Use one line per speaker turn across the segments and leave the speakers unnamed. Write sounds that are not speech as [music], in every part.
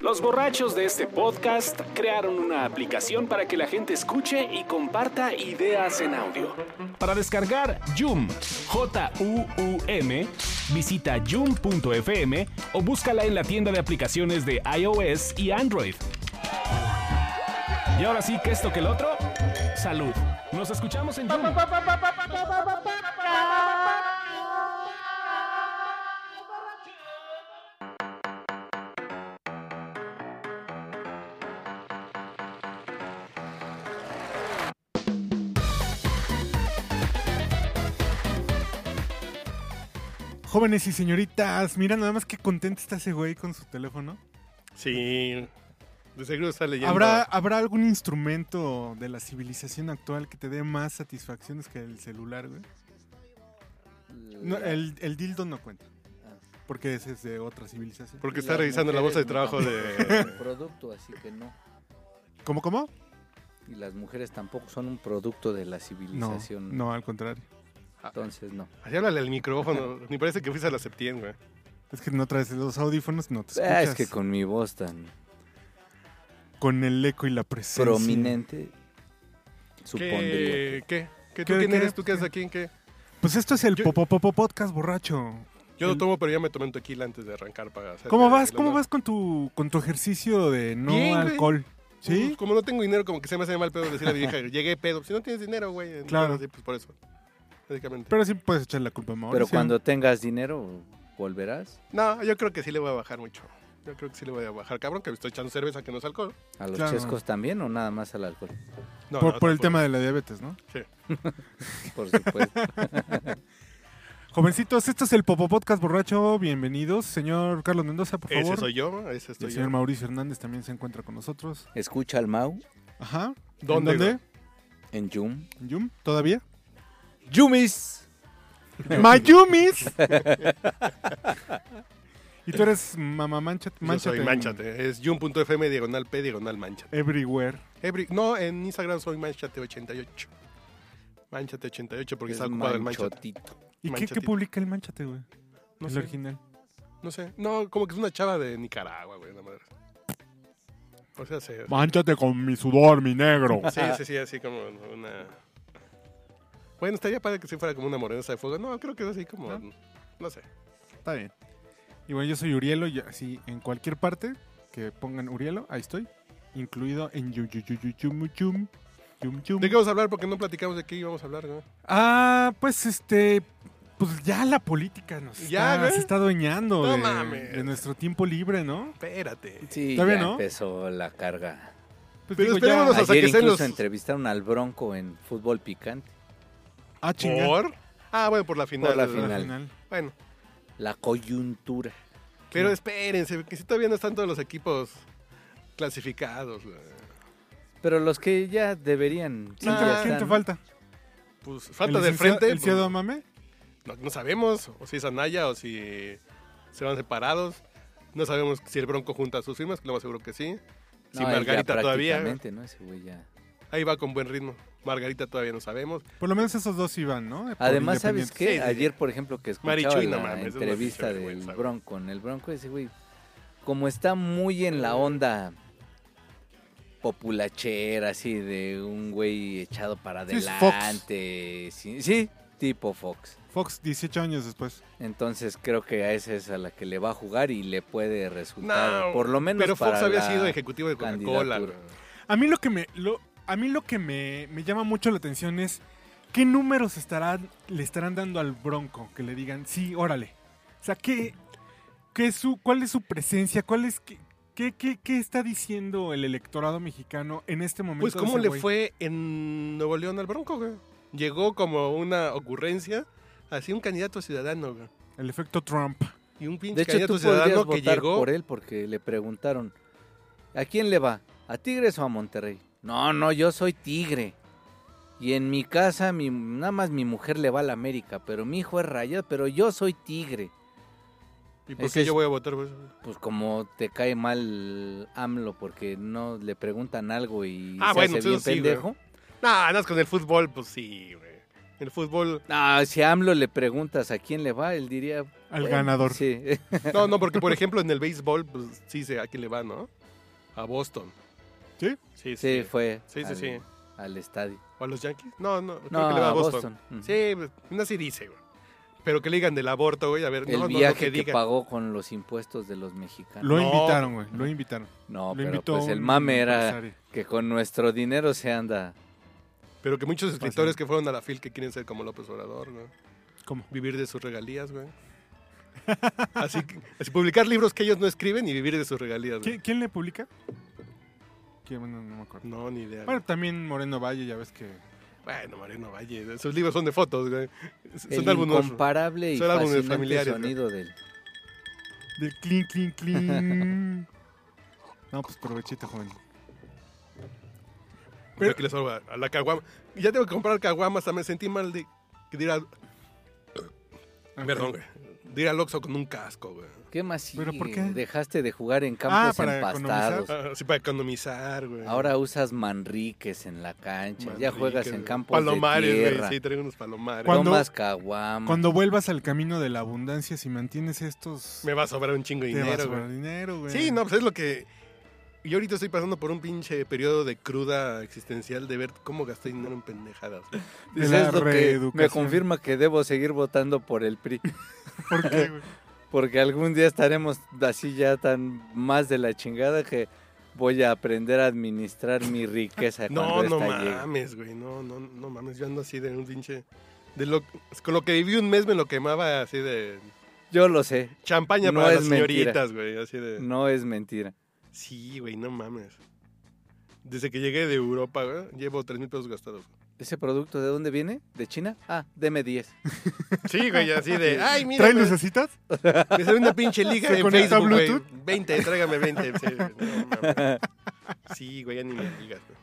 Los borrachos de este podcast crearon una aplicación para que la gente escuche y comparta ideas en audio. Para descargar Joom, J-U-U-M, visita joom.fm o búscala en la tienda de aplicaciones de iOS y Android. Y ahora sí que esto que el otro, salud. Nos escuchamos en Joom.
Jóvenes y señoritas, mira nada más que contento está ese güey con su teléfono.
Sí. De seguro está leyendo.
¿Habrá, ¿Habrá algún instrumento de la civilización actual que te dé más satisfacciones que el celular, güey? No, el, el dildo no cuenta.
Ah.
Porque ese es de otra civilización.
Porque está
Las
revisando la bolsa de
mujeres
trabajo
no son
de.
un producto, así que no.
¿Cómo, cómo?
Y las mujeres tampoco son un producto de la
No,
civilización.
no, al contrario.
Entonces no.
Así háblale al micrófono. Ni parece que fuiste a la septiembre, güey.
Es que no traes los audífonos, no te escuchas.
Ah, es que con mi voz tan
Con el eco y la presencia.
prominente, supondría.
¿Qué? ¿Qué? ¿Qué tú
¿Qué-
quién
qué?
eres? ¿Tú qué haces aquí? ¿En qué?
Pues esto es el
Yo-
Popopopo Podcast borracho.
Yo lo tomo, pero ya me tomé un tequila antes de arrancar para hacer.
¿Cómo vas? ¿Cómo vas con tu, con tu ejercicio de no
Bien, güey.
alcohol?
Sí.
¿Sí?
Como no tengo dinero, como que se me hace mal pedo decirle a mi vieja, llegué pedo. Si no tienes dinero, güey. entonces,
Claro.
sí, pues por eso. Básicamente.
Pero sí puedes echar la culpa a Mauricio.
Pero cuando tengas dinero, volverás
No, yo creo que sí le voy a bajar mucho. Yo creo que sí le voy a bajar, cabrón, que me estoy echando cerveza que no es alcohol.
a los
Claro.
chescos también o nada más al alcohol.
No,
por,
no,
por el
tampoco.
tema de la diabetes, ¿no?
Por supuesto.
Jovencitos, esto es el Popo Podcast borracho. Bienvenidos. Señor Carlos Mendoza, por favor.
Ese soy yo,
Y
ese estoy
el
yo.
señor Mauricio Hernández también se encuentra con nosotros.
Escucha al Mau
Ajá.
¿Dónde,
¿En
güey?
dónde?
en Yum.
¿En Yum?
[laughs]
¿Todavía?
¡Yumis!
[laughs]
¡Mayumis! y tú eres mamá mancha,
Yo
manchate
soy
en
Manchate. Es yun.fm diagonal p diagonal manchate.
Everywhere.
Every- no, en Instagram soy manchate88. Manchate88 porque
Es
está ocupado el manchate.
manchotito.
¿Y qué, qué
Manchate.
publica el manchate, güey?
No
el
sé,
original.
no sé. No, como que es una chava de Nicaragua, güey. la madre. O sea, se-
Manchate con mi sudor, mi [laughs] negro.
sí, sí, sí, así como una... Bueno, estaría padre que sí fuera como una morenza de fuego. No, creo que es así como...
¿No?
No sé.
Está bien. Y bueno, yo soy Urielo, y así en cualquier parte que pongan Urielo, ahí estoy. Incluido en Yum Yum Yum Yum Yum Yum Yum.
¿De qué vamos a hablar? Porque no platicamos de qué íbamos a hablar, güey.
Ah, pues este. Pues ya la política nos
Ya,
está,
güey.
se está adueñando
No
de,
mames.
de nuestro tiempo libre, ¿no?
Espérate.
Sí,
Está bien,
ya
¿no?
empezó la carga.
Pues
Pero
digo, ya-
esperémonos a- O sea,
Ayer
que sean
incluso
los-
entrevistaron al Bronco en Fútbol Picante.
Ah, chinga.
¿Por? Ah, bueno, por la final.
Por la
¿verdad?
Al
final.
final.
Bueno.
La coyuntura.
Pero espérense, que si todavía no están todos los equipos clasificados, güey.
Pero los que ya deberían. sí,
¿Quién, te,
ya
quién
están,
te
¿no?
falta?
Pues falta
¿El
de
licenciado-
frente.
¿El
pues,
Ciudad Mame?
no, no sabemos, o si es Anaya, o si se van separados. No sabemos si el Bronco junta sus firmas, que lo más seguro que sí. Si
No, él ya
Margarita todavía. güey.
prácticamente, ¿no? Ese güey ya.
Ahí va con buen ritmo. Margarita todavía no sabemos.
Por lo menos esos dos iban, ¿no? Por
Además, ¿sabes
Independiente.
Sí,
qué?
sí, sí.
Ayer, por ejemplo, que escuchaba
Marichuy, no
la
mames, es una
entrevista
pinche
del
vergüenza, güey.
Bronco. En el Bronco, ese güey, como está muy en la onda populachera, así, de un güey echado para
Sí, es Fox.
adelante. Sí, sí, tipo Fox.
Fox, 18 años después.
Entonces creo que a esa es a la que le va a jugar y le puede resultar.
No,
por lo menos
Pero Fox
para
había
la
sido ejecutivo de Coca-Cola.
candidatura.
güey.
A mí lo que me lo, a mí lo que me, me llama mucho la atención es qué números estarán le estarán dando al Bronco que le digan, "Sí, órale." O sea, qué, qué es su cuál es su presencia, cuál es qué, qué, qué- qué está diciendo el electorado mexicano en este momento.
Pues,
de
¿cómo
ese
le
güey?
fue en Nuevo León al Bronco, güey? Llegó como una ocurrencia, así un candidato ciudadano, güey.
el efecto Trump?
Y un pinche
De hecho,
candidato
tú podrías
ciudadano que
votar
llegó.
por él porque le preguntaron, ¿a quién le va? ¿A Tigres o a Monterrey? No, no, yo soy Tigre. Y en mi casa, mi, nada más mi mujer le va a la América, pero mi hijo es rayado, pero yo soy Tigre.
¿Y por
Ese
qué
es-
yo voy a votar por eso?
Pues como te cae mal AMLO porque no le preguntan algo y
Ah,
se
bueno,
hace
eso
bien
sí, güey.
pendejo.
No, andas con el fútbol, pues sí, güey. El fútbol.
No, si a AMLO le preguntas a quién le va, él diría...
Al
"Bueno,
ganador.
Sí, [laughs]
No, no, porque por ejemplo en el béisbol, pues sí sé a quién le va, ¿no? a Boston.
¿Sí?
Sí,
Sí,
sí.
fue
Sí, sí,
al,
sí.
al estadio.
¿O a los Yankees? No, no, creo
No,
que le va
a
a Boston.
Boston. Ujú.
Sí, pues, no así dice, güey. Pero que le digan del aborto, güey. A ver,
El
Pues no, no, no
viaje
que
que,
diga.
pagó con los impuestos de los mexicanos.
Lo
No.
invitaron, güey. Lo invitaron.
No,
Lo
pero
invitó
pues el
un
mame era
empresario.
que con nuestro dinero se anda.
Pero que muchos escritores que fueron a la fil que quieren ser como López Obrador, ¿no?
¿Cómo?
Vivir de sus regalías, [laughs] güey. Así, que- así publicar libros que ellos no escriben y vivir de sus regalías,
¿Qui-
güey.
¿Quién, le publica? Que, bueno, no me acuerdo.
No, ni idea.
Bueno,
güey.
también Moreno Valle, ya ves que...
Bueno, Moreno Valle. Sus libros son de fotos, güey.
El
Son de álbumes.
incomparable y
son álbumes
fascinante
familiares, ¿no?
sonido del...
Del clink, clink, clink. no, pues provechito, joven.
Pero que le sobra a la caguama. Y Ya tengo que comprar caguamas, hasta me sentí mal de que de ir al- Perdón, güey. De ir al Oxxo con un casco, güey.
¿Qué más sigue?
¿Pero por qué?
Dejaste de jugar en campos
Ah, para Ah,
empastados.
Ah, sí, para economizar, güey.
Ahora usas manriques en la cancha. ya
Manrique,
juegas en
güey.
campos
palomares,
de
güey,
tierra.
Sí, traigo unos palomares.
¿Cuándo?
Tomas caguama.
Cuando vuelvas al camino de la abundancia, si mantienes estos...
Me va a sobrar un chingo de
te vas a
dinero,
ahorrar
güey.
dinero, güey.
Sí, no, pues es lo que. Yo ahorita estoy pasando por un pinche periodo de cruda existencial de ver cómo gasté dinero en pendejadas. güey.
De
Pues
la
es lo que me
reeducación.
confirma que debo seguir votando por el PRI.
¿Por qué, güey?
[laughs] Porque algún día estaremos así ya tan más de la chingada que voy a aprender a administrar mi riqueza
No,
cuando
no
esta llegue.
mames, güey. No, no, no mames. Yo ando así de un pinche. De lo, con lo que viví un mes me lo quemaba así de
Yo lo sé,
champaña
No
para
es
las
mentira. Mm.
señoritas, güey. Así de.
no es mentira.
Sí, güey, no mames. Desde que llegué de Europa, güey, llevo tres mil pesos gastados.
¿Ese producto de dónde viene? ¿De China? Ah, deme 10.
Sí, güey, así
[laughs]
de. Ay, mira.
¿Trae
me-
lucecitas?
Me sale
[laughs]
una pinche liga
¿Se
en
conecta
Facebook, güey.
Bluetooth?
20, tráigame 20. Sí, güey, no mames. Sí, güey, ya ni me digas, güey.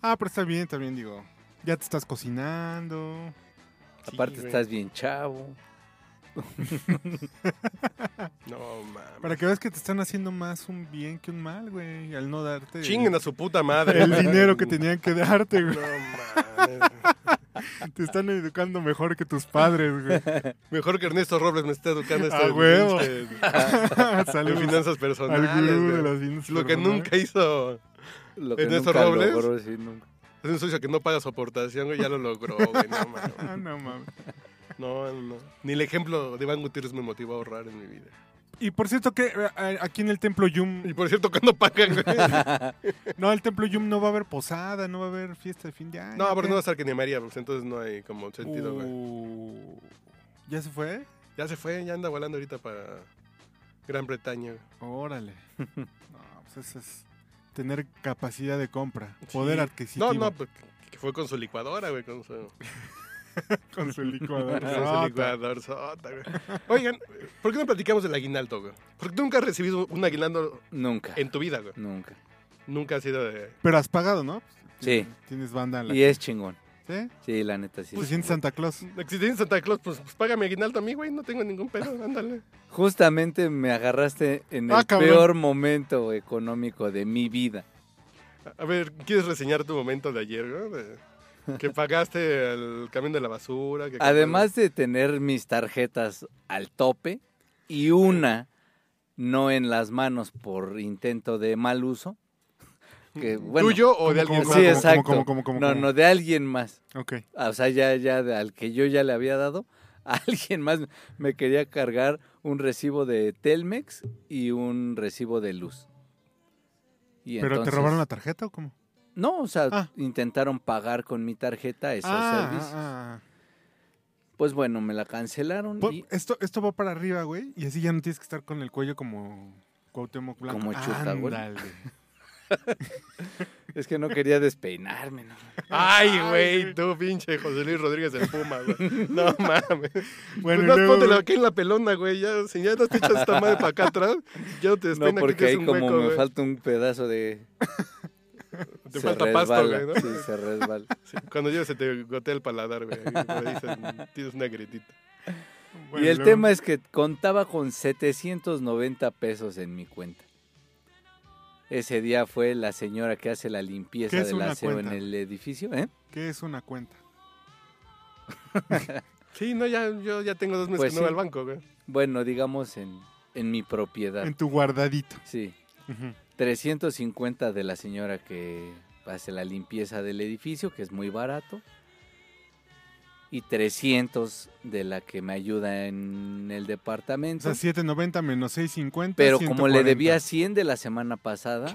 Ah, pero está bien, también digo. Ya te estás cocinando.
Sí,
Aparte
güey.
estás bien chavo.
No, mames.
Para que veas que te están haciendo más un bien que un mal, güey. Al no darte.
Chinguen a su puta madre.
el dinero
[laughs]
que tenían que darte,
No
güey.
mames.
Te están educando mejor que tus padres,
[laughs]
güey. [laughs]
Mejor que Ernesto Robles me está educando este
A huevo.
pinche- de
Saludos
finanzas
al
personales.
gurú de
güey.
las finanzas
Lo que
personales.
nunca hizo.
Lo que
¿Ernesto
nunca
Robles?
logró, sí, nunca.
Es un socio que no paga su aportación, güey, ya lo logró, güey. No mames.
Ah, no mames.
No, no. Ni el ejemplo de Iván Gutiérrez me motivó a ahorrar en mi vida.
Y por cierto que eh, eh, aquí en el templo
Y
Yum,
por cierto, ¿cuándo pagan, güey?
no, el templo Yum no va a haber posada, no va a haber fiesta de fin de año.
No, pero no va a
¿qué?
estar que ni María, pues entonces no hay como sentido, güey.
Uh, ¿Ya se fue?
Ya se fue, ya anda volando ahorita para Gran Bretaña. güey.
Órale. [laughs] No, pues eso es tener capacidad de compra, poder adquisitivo.
No, no, pues, que fue con su licuadora, güey, con su,
con su licuador.
[laughs] con su Ah, licuador sota, güey. [laughs] Oigan, ¿por qué no platicamos del aguinaldo, güey? Porque tú nunca has recibido un aguinaldo
Nunca.
en tu vida, güey.
Nunca.
Nunca has sido de...
Pero has pagado, ¿no?
Sí.
Tienes banda en la Pues
Y es chingón.
¿Sí?
Sí, la neta, sí.
Te sientes Santa Claus.
La existencia de Santa Claus, pues, pues págame aguinaldo a mí, güey, no tengo ningún pedo, ándale.
Justamente me agarraste en
Ah,
el
cabrón.
peor momento económico de mi vida.
A- A ver, ¿quieres reseñar tu momento de ayer, güey? De- que pagaste el camión de la basura. Que
Además de tener mis tarjetas al tope y una no en las manos por intento de mal uso.
[laughs]
Que, bueno,
¿Tuyo o de
¿Cómo,
alguien
cómo,
sí,
cómo,
más?
exacto.
cómo, cómo, cómo,
no,
cómo?
no, de alguien más.
Ok.
ah, O sea, ya, ya, de- al que yo ya le había dado, [laughs] alguien más me quería cargar un recibo de Telmex y un recibo de luz. Y
¿Pero te
entonces-
robaron la tarjeta o cómo?
No, o sea,
Ah.
intentaron pagar con mi tarjeta esos servicios.
ah,
Pues bueno, me la cancelaron
Po-
y
Esto, esto va para arriba, güey, y así ya no tienes que estar con el cuello como Cuauhtémoc Blanco.
Como chuta, güey.
Ándale.
es que no quería despeinarme. ¿no?
Ay, güey, tú pinche José Luis Rodríguez el Puma, güey. No mames.
[laughs] Bueno,
Bueno,
y
Pues, no,
luego,
póntelo
güey.
aquí en la pelona, güey. Ya, si ya no te echas esta madre para acá atrás, ya no te
No,
despeina que
porque
te
ahí
es un
como
hueco,
me
güey.
falta un pedazo de...
[laughs] Te
se
falta pasto,
resbala,
güey, ¿no?
Sí, se resbala.
Sí, Cuando llegas se te gotea el paladar, güey. y por ahí se- Tienes una gritita.
Bueno,
y el
luego.
tema es que contaba con 790 pesos en mi cuenta. Ese día fue la señora que hace la
¿Qué
limpieza
es
del
una
aseo en
cuenta?
el edificio, ¿eh?
¿Qué es una cuenta?
Sí, no, ya, yo ya tengo dos meses
Pues
que no voy
sí.
al banco, güey.
Bueno, digamos en, en mi propiedad.
En tu guardadito.
Sí.
Ujú.
350 de la señora que hace la limpieza del edificio, que es muy barato. Y 300 de la que me ayuda en el
O
departamento.
sea, 790 menos 650.
pero como le
140.
debía 100 de la
[laughs]
semana pasada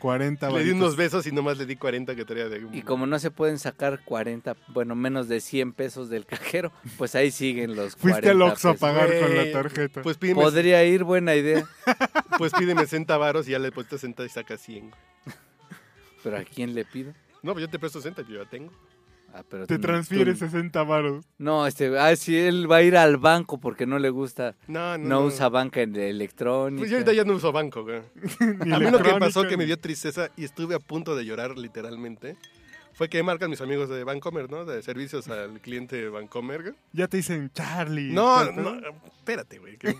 40
Le di
varitos.
unos besos y nomás le di 40 que traía de...
y como no se pueden sacar 40, bueno, menos de 100 pesos del cajero, pues ahí siguen los 40
Fuiste al Oxxo a
pesos.
pagar con la
Güey,
tarjeta.
Pues pídeme,
Podría ir, buena idea.
pues pídeme 60 varos y ya le depositas 60 y sacas 100. güey.
Pero ¿a quién le pido?
No, pues yo te presto 60, yo ya tengo.
Ah, pero
te
tú-
transfieres
tú-
60 [laughs] varos.
No, este, ah, sí, él va a ir al banco porque no le gusta,
No, no,
no, usa banca en electrónica.
Pues yo
[laughs]
ahorita ya no uso banco, güey.
Ni
A mí lo que
electrónica,
pasó que me
ni-
dio tristeza y estuve a punto de llorar literalmente fue que marcan mis amigos de Bancomer, ¿no? De servicios al cliente de Bancomer. güey.
Ya te dicen Charlie.
No,
tal, tal.
no, espérate, güey, que,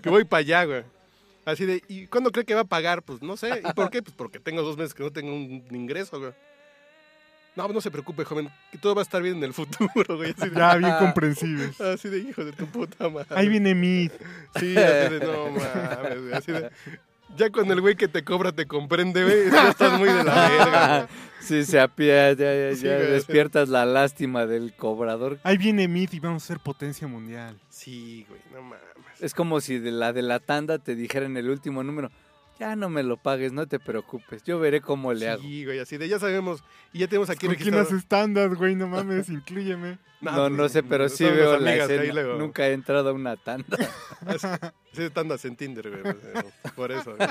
que voy para allá, güey. Así de, ¿y cuándo cree que va a pagar? Pues no sé. ¿Y por qué? Pues porque tengo dos meses que no tengo un ingreso, güey. No, no se preocupe, joven, que todo va a estar bien en el futuro, güey. Así de,
Ya,
[laughs]
bien comprensibles.
así de hijo de tu puta madre.
Ahí viene mi.
Sí, así de, no mames, güey, así de... Ya cuando el güey que te cobra te comprende, güey, ya estás muy de la verga. güey.
Sí, se apia, ya, ya-
Sí,
ya
güey.
despiertas la lástima del cobrador.
Ahí viene Mid y vamos a ser potencia mundial.
Sí, güey, no mames.
Es como si de la de la tanda te dijeran el último número. Ya no me lo pagues, no te preocupes. Yo veré cómo le hago.
Sí, güey, así de, ya sabemos. Y ya tenemos aquí
¿Con quién
registrado.
haces tandas, güey? No mames, inclúyeme.
Ah,
No, no sé, pero sí
pues son las
veo la
amigas que ahí
escena.
luego-
Nunca he entrado a una tanda.
Sí, tandas en Tinder, güey. o sea, Por eso. güey.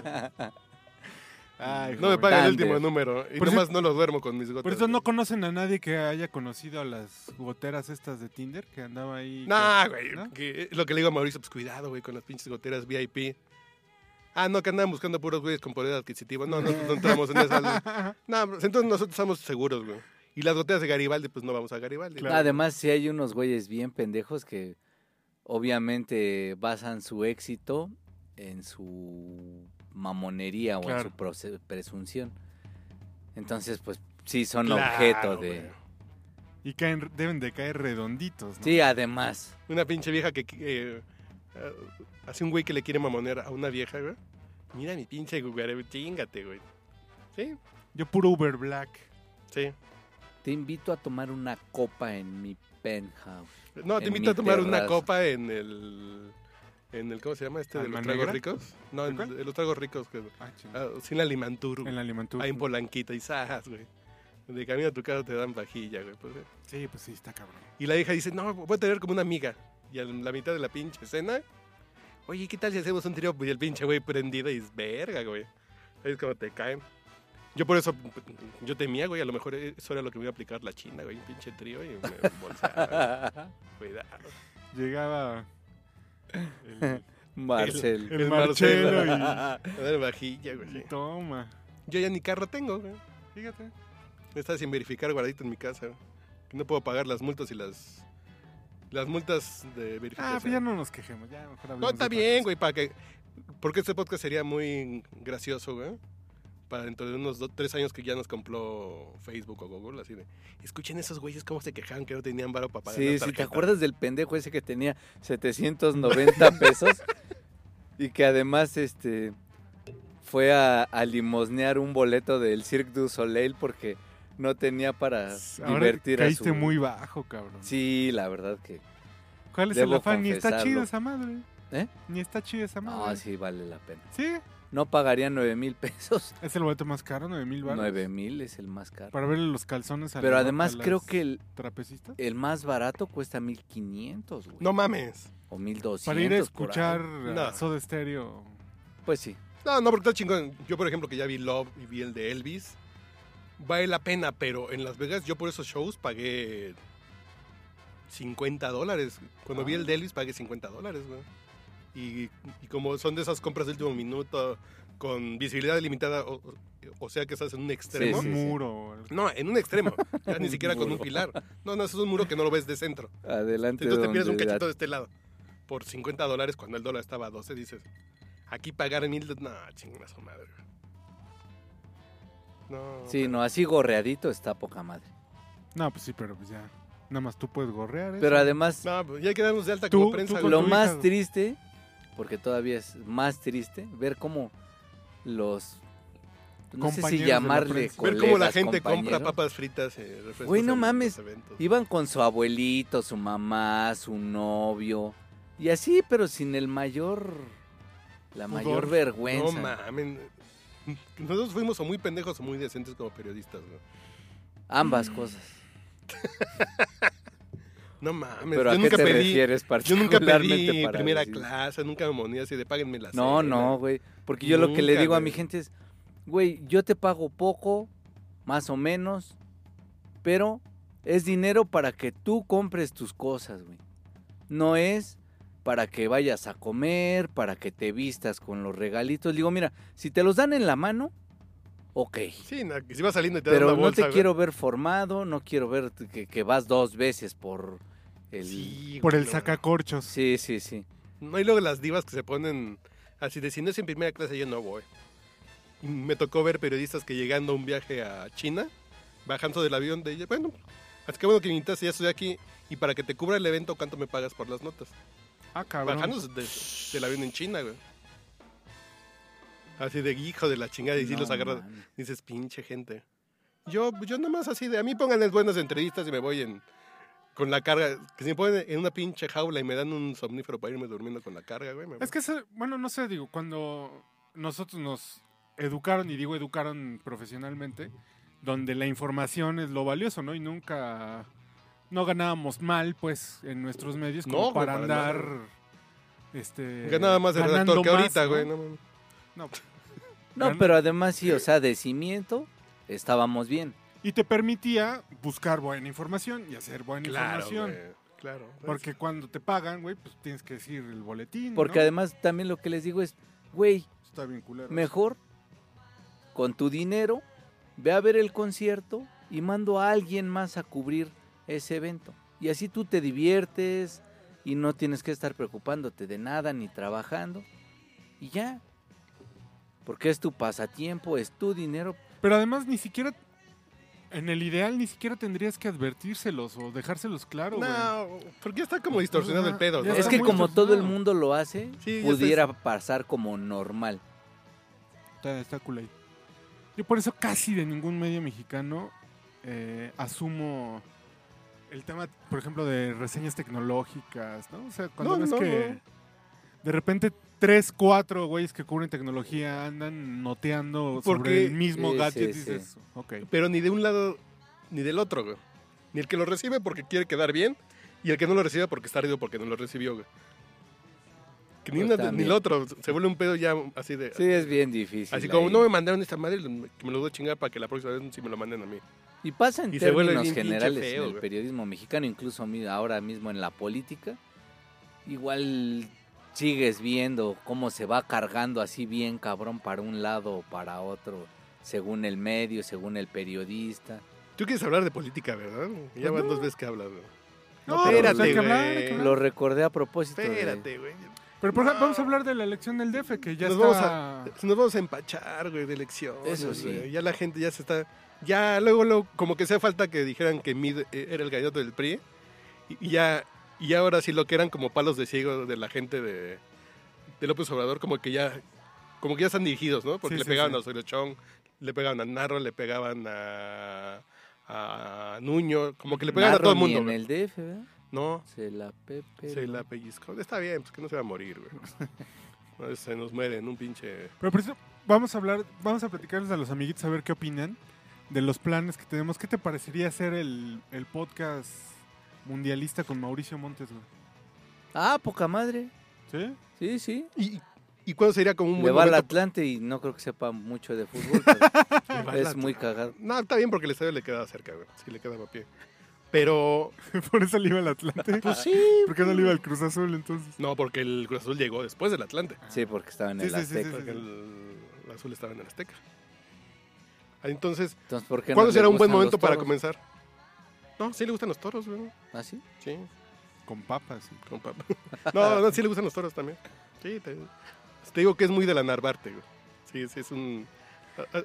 Ay,
No me
joven.
pagan el
Tinder.
último número. Y
Por
nomás no lo duermo con mis gotas.
Por eso no
güey.
conocen a nadie que haya conocido a las goteras estas de Tinder que andaba ahí.
Nah,
con-
güey.
¿no?
que- lo que le digo a Mauricio, pues cuidado, güey, con las pinches goteras VIP. Ah, no, que andan buscando puros güeyes con poder adquisitivo. No, nosotros no entramos
[laughs]
en esa. No, pues, entonces nosotros estamos seguros, güey. Y las goteras de Garibaldi, pues no vamos a Garibaldi.
Claro.
Además, sí hay unos güeyes bien pendejos que obviamente basan su éxito en su mamonería o
Claro.
en su proce- presunción. Entonces, pues sí son
Claro,
objeto de...
güey.
Y caen, deben de caer redonditos, ¿no?
Sí, además.
Una pinche vieja que. eh, eh, hace un güey que le quiere mamonear a una vieja, güey. Mira mi pinche güey, chingate, güey. Sí,
Yo puro Uber Black.
sí.
Te invito a tomar una copa en mi penthouse.
No, te
En
invito a
mi
tomar una
terraza.
copa en el. En el, ¿Cómo se llama este? ¿De los
¿Almanegra?
tragos ricos? No, en,
¿Cuál?
de los tragos ricos. Que,
Ah, chingada.
ah, sin la limantur.
en la alimentura.
Ahí en Polanquita y Sajas, güey. De camino a tu casa te dan vajilla, güey. pues, güey.
Sí, pues sí, está cabrón.
y la hija dice, no, voy a tener como una amiga. Y a la mitad de la pinche cena, oye, ¿qué tal si hacemos un trío? Y el pinche güey prendido y es verga, güey. Es como te caen. Yo por eso, yo temía, güey, a lo mejor eso era lo que me iba a aplicar la china, güey. Un pinche trío y me bolseaba, güey. [laughs] Cuidado.
Llegaba el,
[laughs] Marcel.
el
El
Marcelo
A ver, vajilla,
y-
[laughs]
y
güey.
toma.
Yo ya ni carro tengo, güey.
Fíjate.
Está sin verificar guardadito en mi casa. güey. No puedo pagar las multas y las... Las multas de verificación.
Ah, pues ya no nos quejemos. Ya mejor hablemos
No,
de
está
otra
bien,
cosa.
güey, para que... Porque este podcast sería muy gracioso, güey. Para dentro de unos dos, tres años que ya nos compró Facebook o Google, así de... Escuchen esos güeyes cómo se quejaban que no tenían varo para pagar
Sí,
las
si te
tarjetas".
acuerdas del pendejo ese que tenía
[laughs]
790 pesos y que además este fue a, a limosnear un boleto del Cirque du Soleil porque no tenía para
Ahora
divertir a su...
caíste muy bajo, cabrón.
Sí, la verdad que...
¿Cuál es
Debo
el afán? Ni está
confesarlo.
chida esa madre.
¿Eh?
Ni está chida esa madre.
No, sí vale la pena.
Sí,
No pagaría 9 mil pesos.
es el boleto más caro, 9 mil baros.
9 mil es el más caro.
Para verle los calzones a
Pero
la-
además
a las
creo que el,
trapecistas.
el más barato cuesta 1500, güey.
No mames.
o 1200.
Para ir a
por ahí.
escuchar a
No.
Soda Stereo.
Pues sí.
No, no, porque está chingón. Yo, por ejemplo, que ya vi Love y vi el de Elvis. Vale la pena, pero en Las Vegas yo por esos shows pagué 50 dólares. Cuando vi el
Ah.
de Elvis pagué 50 dólares, güey. Y, y como son de esas compras de último minuto, con visibilidad limitada, o, o- o sea que estás en un
Sí,
extremo.
un
sí, sí.
muro.
No, en un extremo. Ya ni
[laughs] Un
siquiera con un
muro.
pilar. No, no, es un muro que no lo ves de centro.
Adelante.
Entonces te pierdes un
donde
cachito de este lado. Por 50 dólares, cuando el dólar estaba a 12, dices, aquí pagar mil... do- No, chingada su madre. güey. No.
Sí, no, así gorreadito está poca madre.
No, pues sí, pero pues ya. Nada más tú puedes gorrear. eso.
Pero además,
No, pues ya quedamos de alta
Tú-
como prensa.
tú con
güey.
lo
tu
más
hija.
triste porque todavía es más triste ver cómo los no sé
Compañeros de
si
la
llamarle
prensa.
Ver cómo la
colegas,
gente compra
compañeros.
papas fritas, eh, refrescos
Güey, no
en
mames.
los eventos.
Iban con su abuelito, su mamá, su novio y así, pero sin el mayor la
Pudor.
mayor
No
vergüenza.
mames. Nosotros fuimos o muy pendejos o muy decentes como periodistas, güey.
Ambas cosas.
Mm. No mames.
Pero
yo,
a qué
nunca
te
pedí,
refieres
yo nunca
particularmente
pedí
para
primera
decir?
clase, nunca me monía así de páguenme la
No,
cena".
no, güey. Porque yo lo que le
Nunca,
digo a
güey.
mi gente es, güey, yo te pago poco, más o menos, pero es dinero para que tú compres tus cosas, güey. No es para que vayas a comer, para que te vistas con los regalitos. Digo, mira, si te los dan en la mano, ok.
Sí, no, que si va saliendo y te dan
Pero
una bolsa,
no te
güey.
quiero ver formado, no quiero ver que, que vas dos veces por el... Sí,
Sí,
Por
güey,
el
no.
sacacorchos.
sí, sí.
No, y luego las divas que se ponen así de si no es en primera clase yo no voy. Y me tocó ver periodistas que llegando a un viaje a China, bajando del avión, de ella, bueno, así que bueno que me invitaste, ya estoy aquí. Y para que te cubra el evento, ¿cuánto me pagas por las notas?
Ah, cabrón.
Bajando de- del avión en China, güey. Así de hijo de la chingada y sí
No
los agarra.
mames.
Dices, pinche gente. Yo, yo nomás así de, a mí pónganles buenas entrevistas y me voy en, con la carga. Que si me ponen en una pinche jaula y me dan un somnífero para irme durmiendo con la carga, güey. me voy.
Es que, ese- bueno, no sé, digo, cuando nosotros nos educaron, y digo educaron profesionalmente, donde la información es lo valioso, ¿no? Y nunca, no ganábamos mal, pues, en nuestros medios, como
No, güey,
para
para
andar,
nada.
este...
Ganaba más el
ganando
redactor que
más,
ahorita,
¿no?
güey. no mames.
No. pues
No,
Gan-
pero además sí, o sea, de cimiento estábamos bien.
Y te permitía buscar buena información y hacer buena
Claro,
información.
güey, claro.
Porque cuando te pagan, güey, pues tienes que decir el boletín,
Porque
¿no?
además también lo que les digo es, güey,
Está bien culero.
mejor con tu dinero ve a ver el concierto y mando a alguien más a cubrir ese evento. Y así tú te diviertes y no tienes que estar preocupándote de nada ni trabajando. Y ya. Porque es tu pasatiempo, es tu dinero.
Pero además ni siquiera, en el ideal ni siquiera tendrías que advertírselos o dejárselos claro, güey.
No, porque está como distorsionado el pedo,
Ya
¿no?
es
está
que
muy
como todo el
distorsionado.
mundo lo hace,
Sí, ya
pudiera pasar como normal.
Está, está cool ahí. Yo por eso casi de ningún medio mexicano eh, asumo el tema, por ejemplo, de reseñas tecnológicas, ¿no? O sea, cuando
No,
ves
no,
que
no.
de repente tres, cuatro güeyes que cubren tecnología andan noteando
Porque-
sobre el mismo
Sí,
gadget,
sí, sí.
dices, ok.
Pero ni de un lado ni del otro, güey. Ni el que lo recibe porque quiere quedar bien y el que no lo recibe porque está ardido porque no lo recibió, güey. Que ni,
Pues
una- ni
también.
el otro. Se vuelve un pedo ya así de...
Sí, es bien difícil.
así como
ahí.
no me mandaron esta madre, lo- que me lo voy a chingar para que la próxima vez si me lo manden a mí.
Y pasa en
Y se vuelve
términos
bien pinche
generales
feo,
en el
güey.
periodismo mexicano, incluso mi- ahora mismo en la política. Igual sigues viendo cómo se va cargando así bien cabrón para un lado o para otro, según el medio, según el periodista.
Tú quieres hablar de política, ¿verdad? Ya
Pues
van
no.
dos veces que hablas, güey.
No,
pero
pues hay
espérate,
que hablar, hay que
güey.
Lo recordé a propósito. de-
Eh, Espérate, güey.
Pero por ejemplo,
No.
vamos a hablar de la elección del DF, que ya
Nos
está...
vamos a- Nos vamos a empachar, güey, de elecciones.
Eso sí.
güey. Ya la gente ya se está. Ya luego, luego, como que sea falta que dijeran que Mid eh, era el galloto del PRI. Y, y ya. Y ahora sí lo que eran como palos de ciego de la gente de, de López Obrador, como que ya. Como que ya están dirigidos, ¿no? Porque
Sí,
le
sí,
pegaban
sí.
a Osorio le pegaban a Narro, le pegaban a. a Nuño, como que le pegaban
Narro
a todo el
ni
mundo.
En
güey.
el DF, ¿verdad?
No,
Se la pepe.
se la pellizcó. Está bien, pues que no se va a morir,
[laughs]
güey. No, Se nos muere en un pinche.
Pero por eso vamos a hablar, vamos a platicarles a los amiguitos a ver qué opinan de los planes que tenemos. ¿Qué te parecería hacer el, el podcast mundialista con Mauricio Montes, güey?
Ah, poca madre.
¿Sí?
Sí, sí.
¿Y, y cuándo sería como un
Le
buen
va al
momento?
Atlante y no creo que sepa mucho de fútbol.
[laughs]
pero
Le va al
es
Atl-
muy cagado.
No, está bien porque el estadio le quedaba cerca, güey. Sí, le quedaba a pie. Pero...
[laughs] por eso le iba al Atlante.
Pues sí.
¿Por qué no le iba al Cruz Azul entonces?
No, porque el Cruz Azul llegó después del Atlante.
Sí, porque estaba en
Sí,
el
sí, sí, sí,
Azteca.
Porque el, el Azul estaba en el Azteca. Entonces,
Entonces, ¿por qué no
¿cuándo
les
será un buen
gustan los
momento para
toros?
comenzar? No, sí le gustan los toros, güey.
¿Ah, sí?
Sí,
Con papas. sí.
con
[laughs]
papá. No, no, sí le gustan los toros también. Sí, te, te digo que es muy de la Narvarte, güey. Sí, sí, es un... a- a-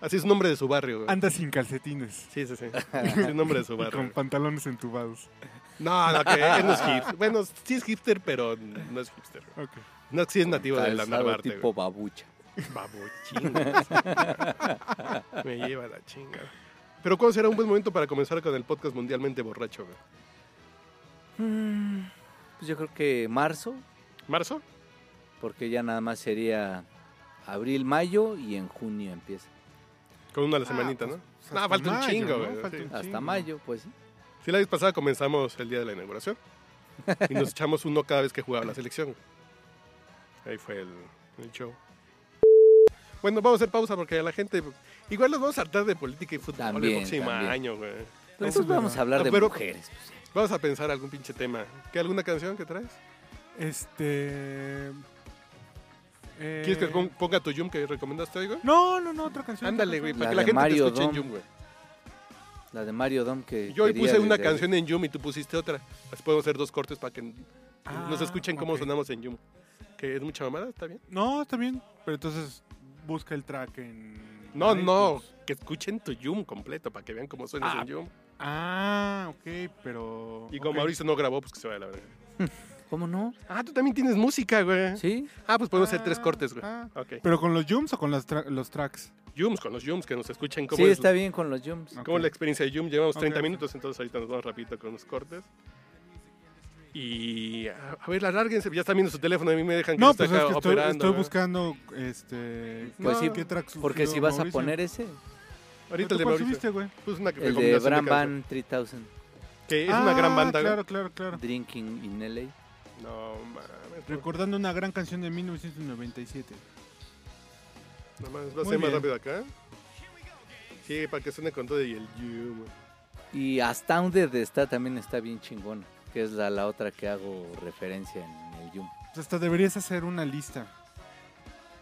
Así es un hombre de su barrio, güey.
Anda sin calcetines.
Sí, sí, [laughs] sí. Es un hombre de su
Y
barrio.
con
güey.
pantalones entubados.
No, no, que él no es hipster. Bueno, sí es hipster, pero no es hipster. güey.
Ok.
No, sí es nativa de la
Calzado
Narvarte.
Ah, tipo babucha.
güey. Babuchinas. Me lleva la chinga. Pero ¿cuándo será un buen momento para comenzar con el podcast mundialmente borracho, güey?
Mm, Pues yo creo que marzo,
¿Marzo?
porque ya nada más sería abril, mayo y en junio empieza.
Con una a la semanita, ¿no?
pues,
No,
hasta
falta un
mayo,
chingo,
¿no?
güey.
Falta
sí.
un
Hasta
chingo.
mayo, pues sí.
Sí, la vez pasada comenzamos el día de la inauguración. Y
[laughs]
nos echamos uno cada vez que jugaba la selección. Ahí fue el, el show. Bueno, vamos a hacer pausa porque a la gente. Igual nos vamos a tratar de política y fútbol el
También,
próximo
también.
año, güey.
Pero
Eso
pues
es
vamos
verdad.
a hablar
No,
de
pero-
mujeres. pues, sí.
Vamos a pensar algún pinche tema. ¿Qué, ¿Alguna canción que traes?
Eh.
Este. eh,
¿Quieres que pon- ponga tu Yum que recomendaste hoy, güey?
No, no, no, otra canción.
Ándale, güey,
otra
para
La
que la
de
gente
Mario
te escuche
Dom.
en Yum, güey.
La de Mario Dom que
Yo hoy
quería
puse una
desde-
canción en Yum y tú pusiste otra. Así podemos hacer dos cortes para que
Ah,
nos escuchen cómo
ok.
sonamos en Yum. Que es mucha mamada, ¿está bien?
canción. No, está bien. Pero entonces busca el track en.
No, no,
iTunes.
que escuchen tu Yum completo para que vean cómo suena
pues. Ah,
su Yum.
Ah, ok, pero.
Y como
ok.
Mauricio no grabó, pues que se vaya a la verga.
¿Cómo no?
Ah, tú también tienes música, güey.
Sí.
Ah, pues podemos hacer tres
Ah,
cortes, güey.
ah.
Ok.
¿Pero con los jumps o con las tra- los tracks?
Yums, con los Yums, que nos escuchen cómo
Sí,
es
está bien con los Jumps.
Ok.
cómo es la experiencia de Yum. Llevamos
Ok,
30
ok.
minutos, entonces ahorita nos vamos rapidito con los cortes. Y a a ver, alárguense, ya están viendo su teléfono, a mí me dejan que
No,
yo esté
pues es
acá
que estoy,
operando.
estoy
güey.
buscando este.
Pues sí,
tracks
Porque
subió
si vas a
Mauricio.
poner ese,
Ahorita
¿Tú
el de
cuál
Mauricio.
subiste, güey?
Pues una que
el de
recomendación
Bram
de canción,
Band 3000,
Que es una gran
Ah,
banda, güey.
Claro, claro, claro.
Drinking in LA.
No mames, güey.
Recordando una gran canción de 1997.
Nada más, va a
Muy
ser más
bien.
rápido acá. Sí, para que suene con todo y el you, güey.
Y Astounded está también está bien chingona, que es la, la otra que hago referencia en el Jump.
Pues Hasta deberías hacer una lista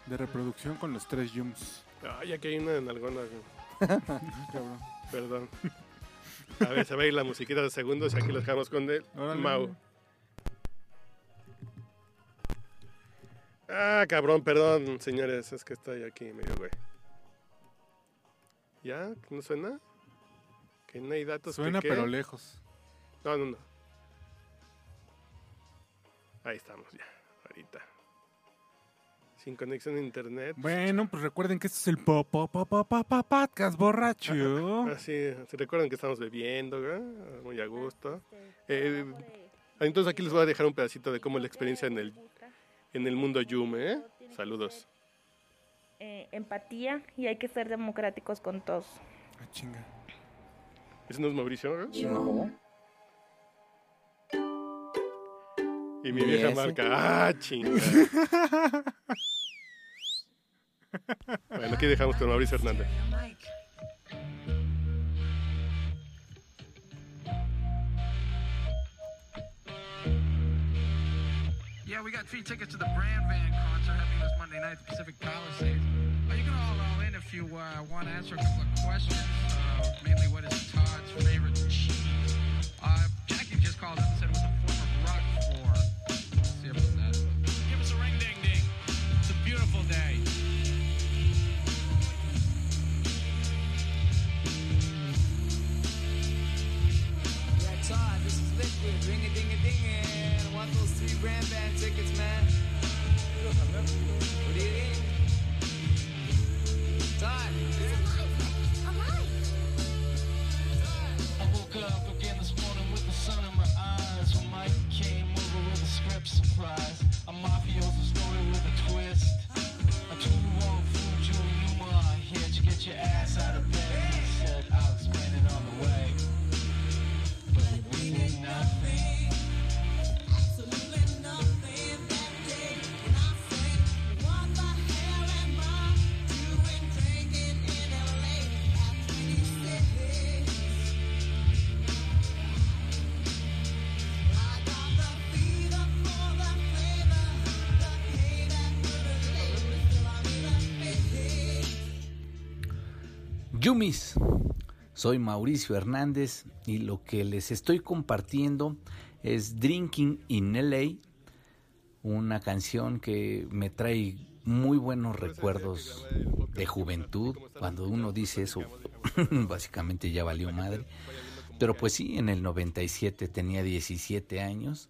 de reproducción con los tres jumps.
Ay, aquí hay una en alguna, güey.
Cabrón.
perdón. A ver, se va a ir la musiquita de segundos y aquí lo dejamos con el
Órale.
Mau. Ah, cabrón, perdón, señores, es que estoy aquí medio güey. ¿Ya? ¿No suena? Que no hay datos. que
Suena
qué.
pero lejos.
No, no, no. Ahí estamos ya, ahorita. Sin conexión a internet.
Bueno, pues recuerden que esto es el po- po- po- po- po- po- podcast
[laughs]
borracho.
Ah, sí, se recuerdan que estamos bebiendo, ¿verdad? muy a gusto. Eh, entonces aquí les voy a dejar un pedacito de cómo es la experiencia en el, en el mundo Yume, ¿eh? Saludos.
eh, empatía y hay que ser democráticos con todos.
Ah, chinga.
Ese no es Mauricio, ¿verdad?
No.
Y mi
Ni
vieja
ese.
marca, ¡ah, chinga! bueno, aquí dejamos con Mauricio Hernández.
Yeah, we got three tickets to the Brand Van concert happening this Monday night at the Pacific Palisades. Uh, you can all roll in if you uh, want to answer a couple of questions, uh, mainly what is Todd's favorite cheese. Uh, Jackie just called up and said it was a form of rock for. Let's see about that.
Give us a ring ding ding. It's a beautiful day.
Yeah, Todd, this is Liquid. Ring a ding a ding I want those three brand band tickets, man. What do you think? Todd.
I woke up again this morning with the sun in my eyes. When Mike came over with a script surprise. A mafioso story with a twist. A two wrong fool, Julie Newmar. Here to get your ass out of bed. He said, I'll explain it on the way. But we did nothing.
Yumis, soy Mauricio Hernández y lo que les estoy compartiendo es Drinking in LA, una canción que me trae muy buenos recuerdos de juventud, cuando uno dice eso [laughs] básicamente ya valió madre, pero pues sí, en el 97 tenía 17 años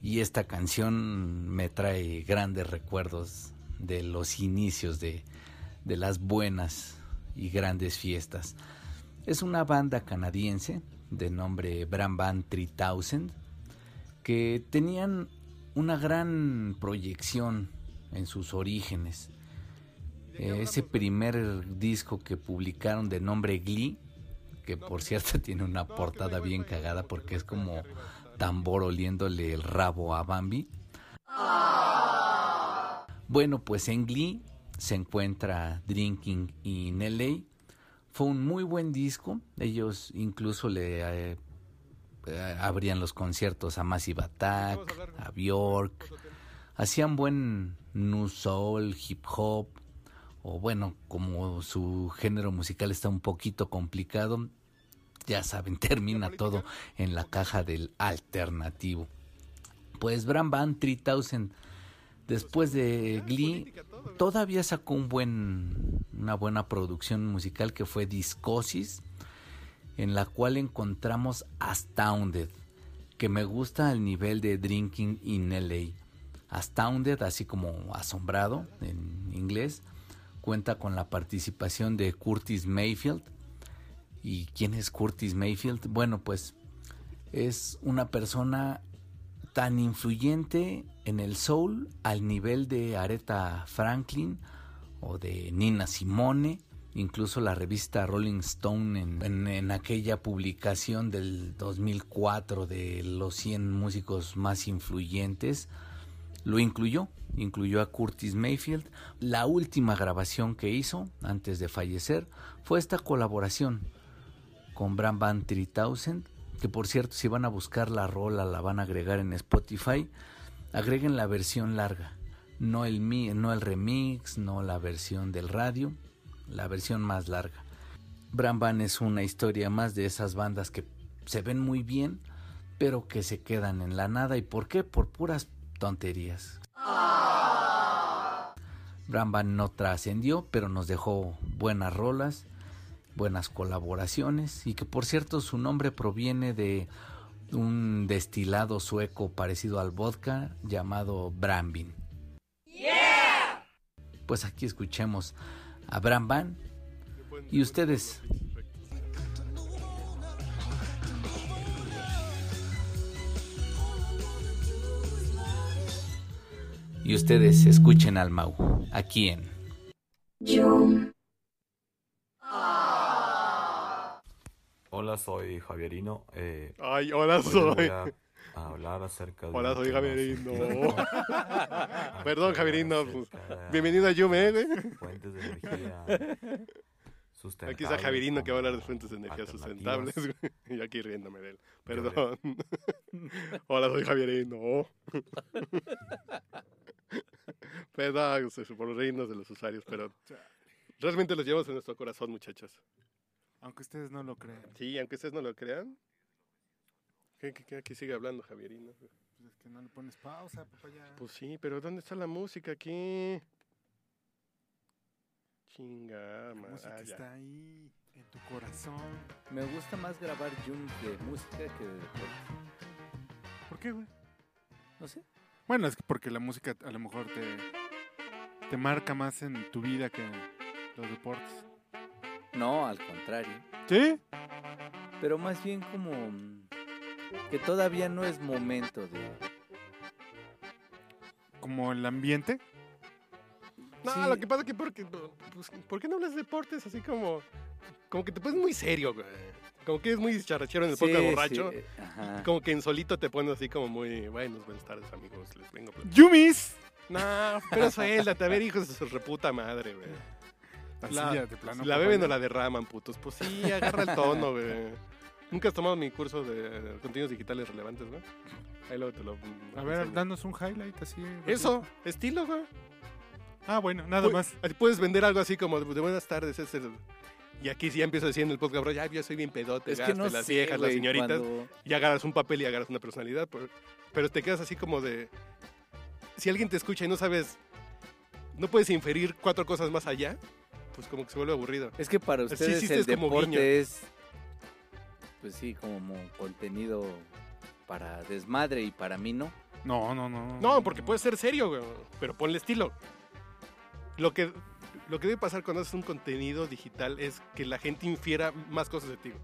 Y esta canción me trae grandes recuerdos de los inicios de, de las buenas y grandes fiestas. Es una banda canadiense de nombre Bram Band 3000 que tenían una gran proyección en sus orígenes. Eh, ese primer disco que publicaron de nombre Glee, que por cierto [laughs] tiene una portada bien cagada porque es como tambor oliéndole el rabo a Bambi. Bueno, pues en Glee se encuentra Drinking in LA. Fue un muy buen disco. Ellos incluso le eh, eh, abrían los conciertos a Massive Attack, a Bjork. Hacían buen nu soul, hip hop, o bueno, como su género musical está un poquito complicado, ya saben, [laughs] termina todo en la caja del alternativo. Pues Bram Van 3000, después de Glee, todavía sacó un buen, una buena producción musical que fue Discosis, en la cual encontramos Astounded, que me gusta al nivel de Drinking in LA. Astounded, así como asombrado en inglés, cuenta con la participación de Curtis Mayfield. ¿Y quién es Curtis Mayfield? Bueno, pues es una persona tan influyente en el soul al nivel de Aretha Franklin o de Nina Simone. Incluso la revista Rolling Stone en, en- en aquella publicación del 2004 de los 100 músicos más influyentes lo incluyó, incluyó a Curtis Mayfield. La última grabación que hizo antes de fallecer fue esta colaboración con Bram Van 3000, que por cierto si van a buscar la rola la van a agregar en Spotify, agreguen la versión larga, no el, mi- no el remix, no la versión del radio, la versión más larga. Bram Van es una historia más de esas bandas que se ven muy bien, pero que se quedan en la nada. ¿Y por qué? Por puras tonterías. Bram Van no trascendió, pero nos dejó buenas rolas, buenas colaboraciones y que por cierto su nombre proviene de un destilado sueco parecido al vodka llamado Brambin. Pues aquí escuchemos a Bram Van y ustedes y ustedes escuchen al Mau aquí en
Hola, soy Javierino. eh,
Ay, eh. hola
hoy les voy
soy.
a a hablar acerca de.
Hola,
un
soy
tema
Javierino.
científico. [laughs]
Perdón, Javierino.
Acerca de
Bienvenido a Yume, ¿eh, güey.
Fuentes de
[laughs]
energía sustentables.
Aquí está Javierino que va a hablar de
como
fuentes de energía sustentables.
alternativas.
güey. [laughs] Y yo aquí riéndome de él. Perdón. [laughs] Hola, soy Javierino. Perdón se- por los reinos de los usuarios, pero realmente los llevamos en nuestro corazón, muchachos.
Aunque ustedes no lo crean.
Sí, aunque ustedes no lo crean. ¿Qué, qué, qué- aquí sigue hablando Javierino?
Pues es que no le pones pausa, papá, ya.
Pues sí, pero ¿dónde está la música aquí? Chinga,
La
ma-
música
ah, ya.
está ahí, en tu corazón.
Me gusta más grabar Jung de música que de deporte.
¿Por qué, güey?
No sé.
Bueno, es que porque la música a lo mejor te, te marca más en tu vida que los deportes.
No, al contrario.
¿Sí?
Pero más bien como mm, que todavía no es momento de...
Como el ambiente.
No,
Sí.
lo que pasa es que porque, pues, ¿por qué no hablas de deportes así como, como que te pones muy serio, güey? Como que es muy charrachero en el podcast borracho.
sí, eh, ajá.
Como que en solito te pones así como muy, buenos, buenas tardes amigos, les vengo. a platicar".
¡Yumis!
No, pero suéltate, a ver hijos de su reputa madre, güey.
Así
La-
ya, de plano,
Si la
papá,
beben
ya.
o la derraman, putos. Pues sí, agarra el tono, güey. Nunca has tomado mi curso de contenidos digitales relevantes, güey. Ahí luego te lo.
A ver,
enseño.
danos un highlight así.
Eso, Pues, estilo, güey.
Ah, bueno, nada
Pu-
más.
así Puedes vender algo así como de, de buenas tardes. este es el- Y aquí sí ya empiezo a decir en el podcast, bro, ya yo soy bien pedote,
Es
ya,
que no
hasta las
sé,
viejas, las
güey,
señoritas,
cuando-
y agarras un papel y agarras una personalidad, pero, pero te quedas así como de... Si alguien te escucha y no sabes, no puedes inferir cuatro cosas más allá, pues como que se vuelve aburrido.
Es que para
Así
ustedes
hiciste
el
como guiño.
deporte es, pues sí, como contenido para desmadre y para mí no.
No, no, no.
No, porque pues, puede ser serio, güey, pero ponle estilo. Lo que, lo que debe pasar cuando haces un contenido digital es que la gente infiera más cosas de ti. güey.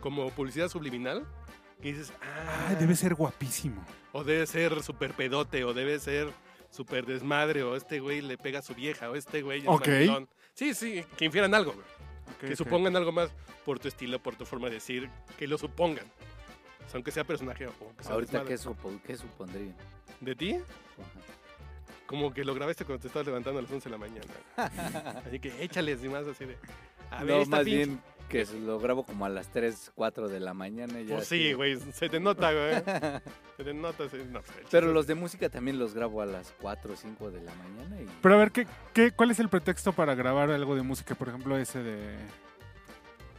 Como publicidad subliminal, que dices, ah,
Ay, debe ser guapísimo.
o debe ser súper pedote, o debe ser súper desmadre, o este güey le pega a su vieja, o este güey es
Ok.
mandilón. Sí, sí, que infieran algo, güey. que
ok.
supongan algo más por tu estilo, por tu forma de decir, que lo supongan. O sea, aunque sea personaje o aunque sea
Ahorita,
desmadre.
¿qué, supo- qué supondría?
¿De ti? Como que lo grabaste cuando te estabas levantando a las 11 de la mañana.
[laughs]
Así que échales y más así de. A ver,
no,
esta
más
pinche-
bien que se lo grabo como a las 3, 4 de la mañana. y Ya
Pues
así.
sí, güey, se te nota,
[laughs]
güey. se te nota, sí. No, pues,
Pero los de música también los grabo a las 4 o 5 de la mañana. Y...
Pero a ver, ¿qué, qué, cuál es el pretexto para grabar algo de música? Por ejemplo, ese de.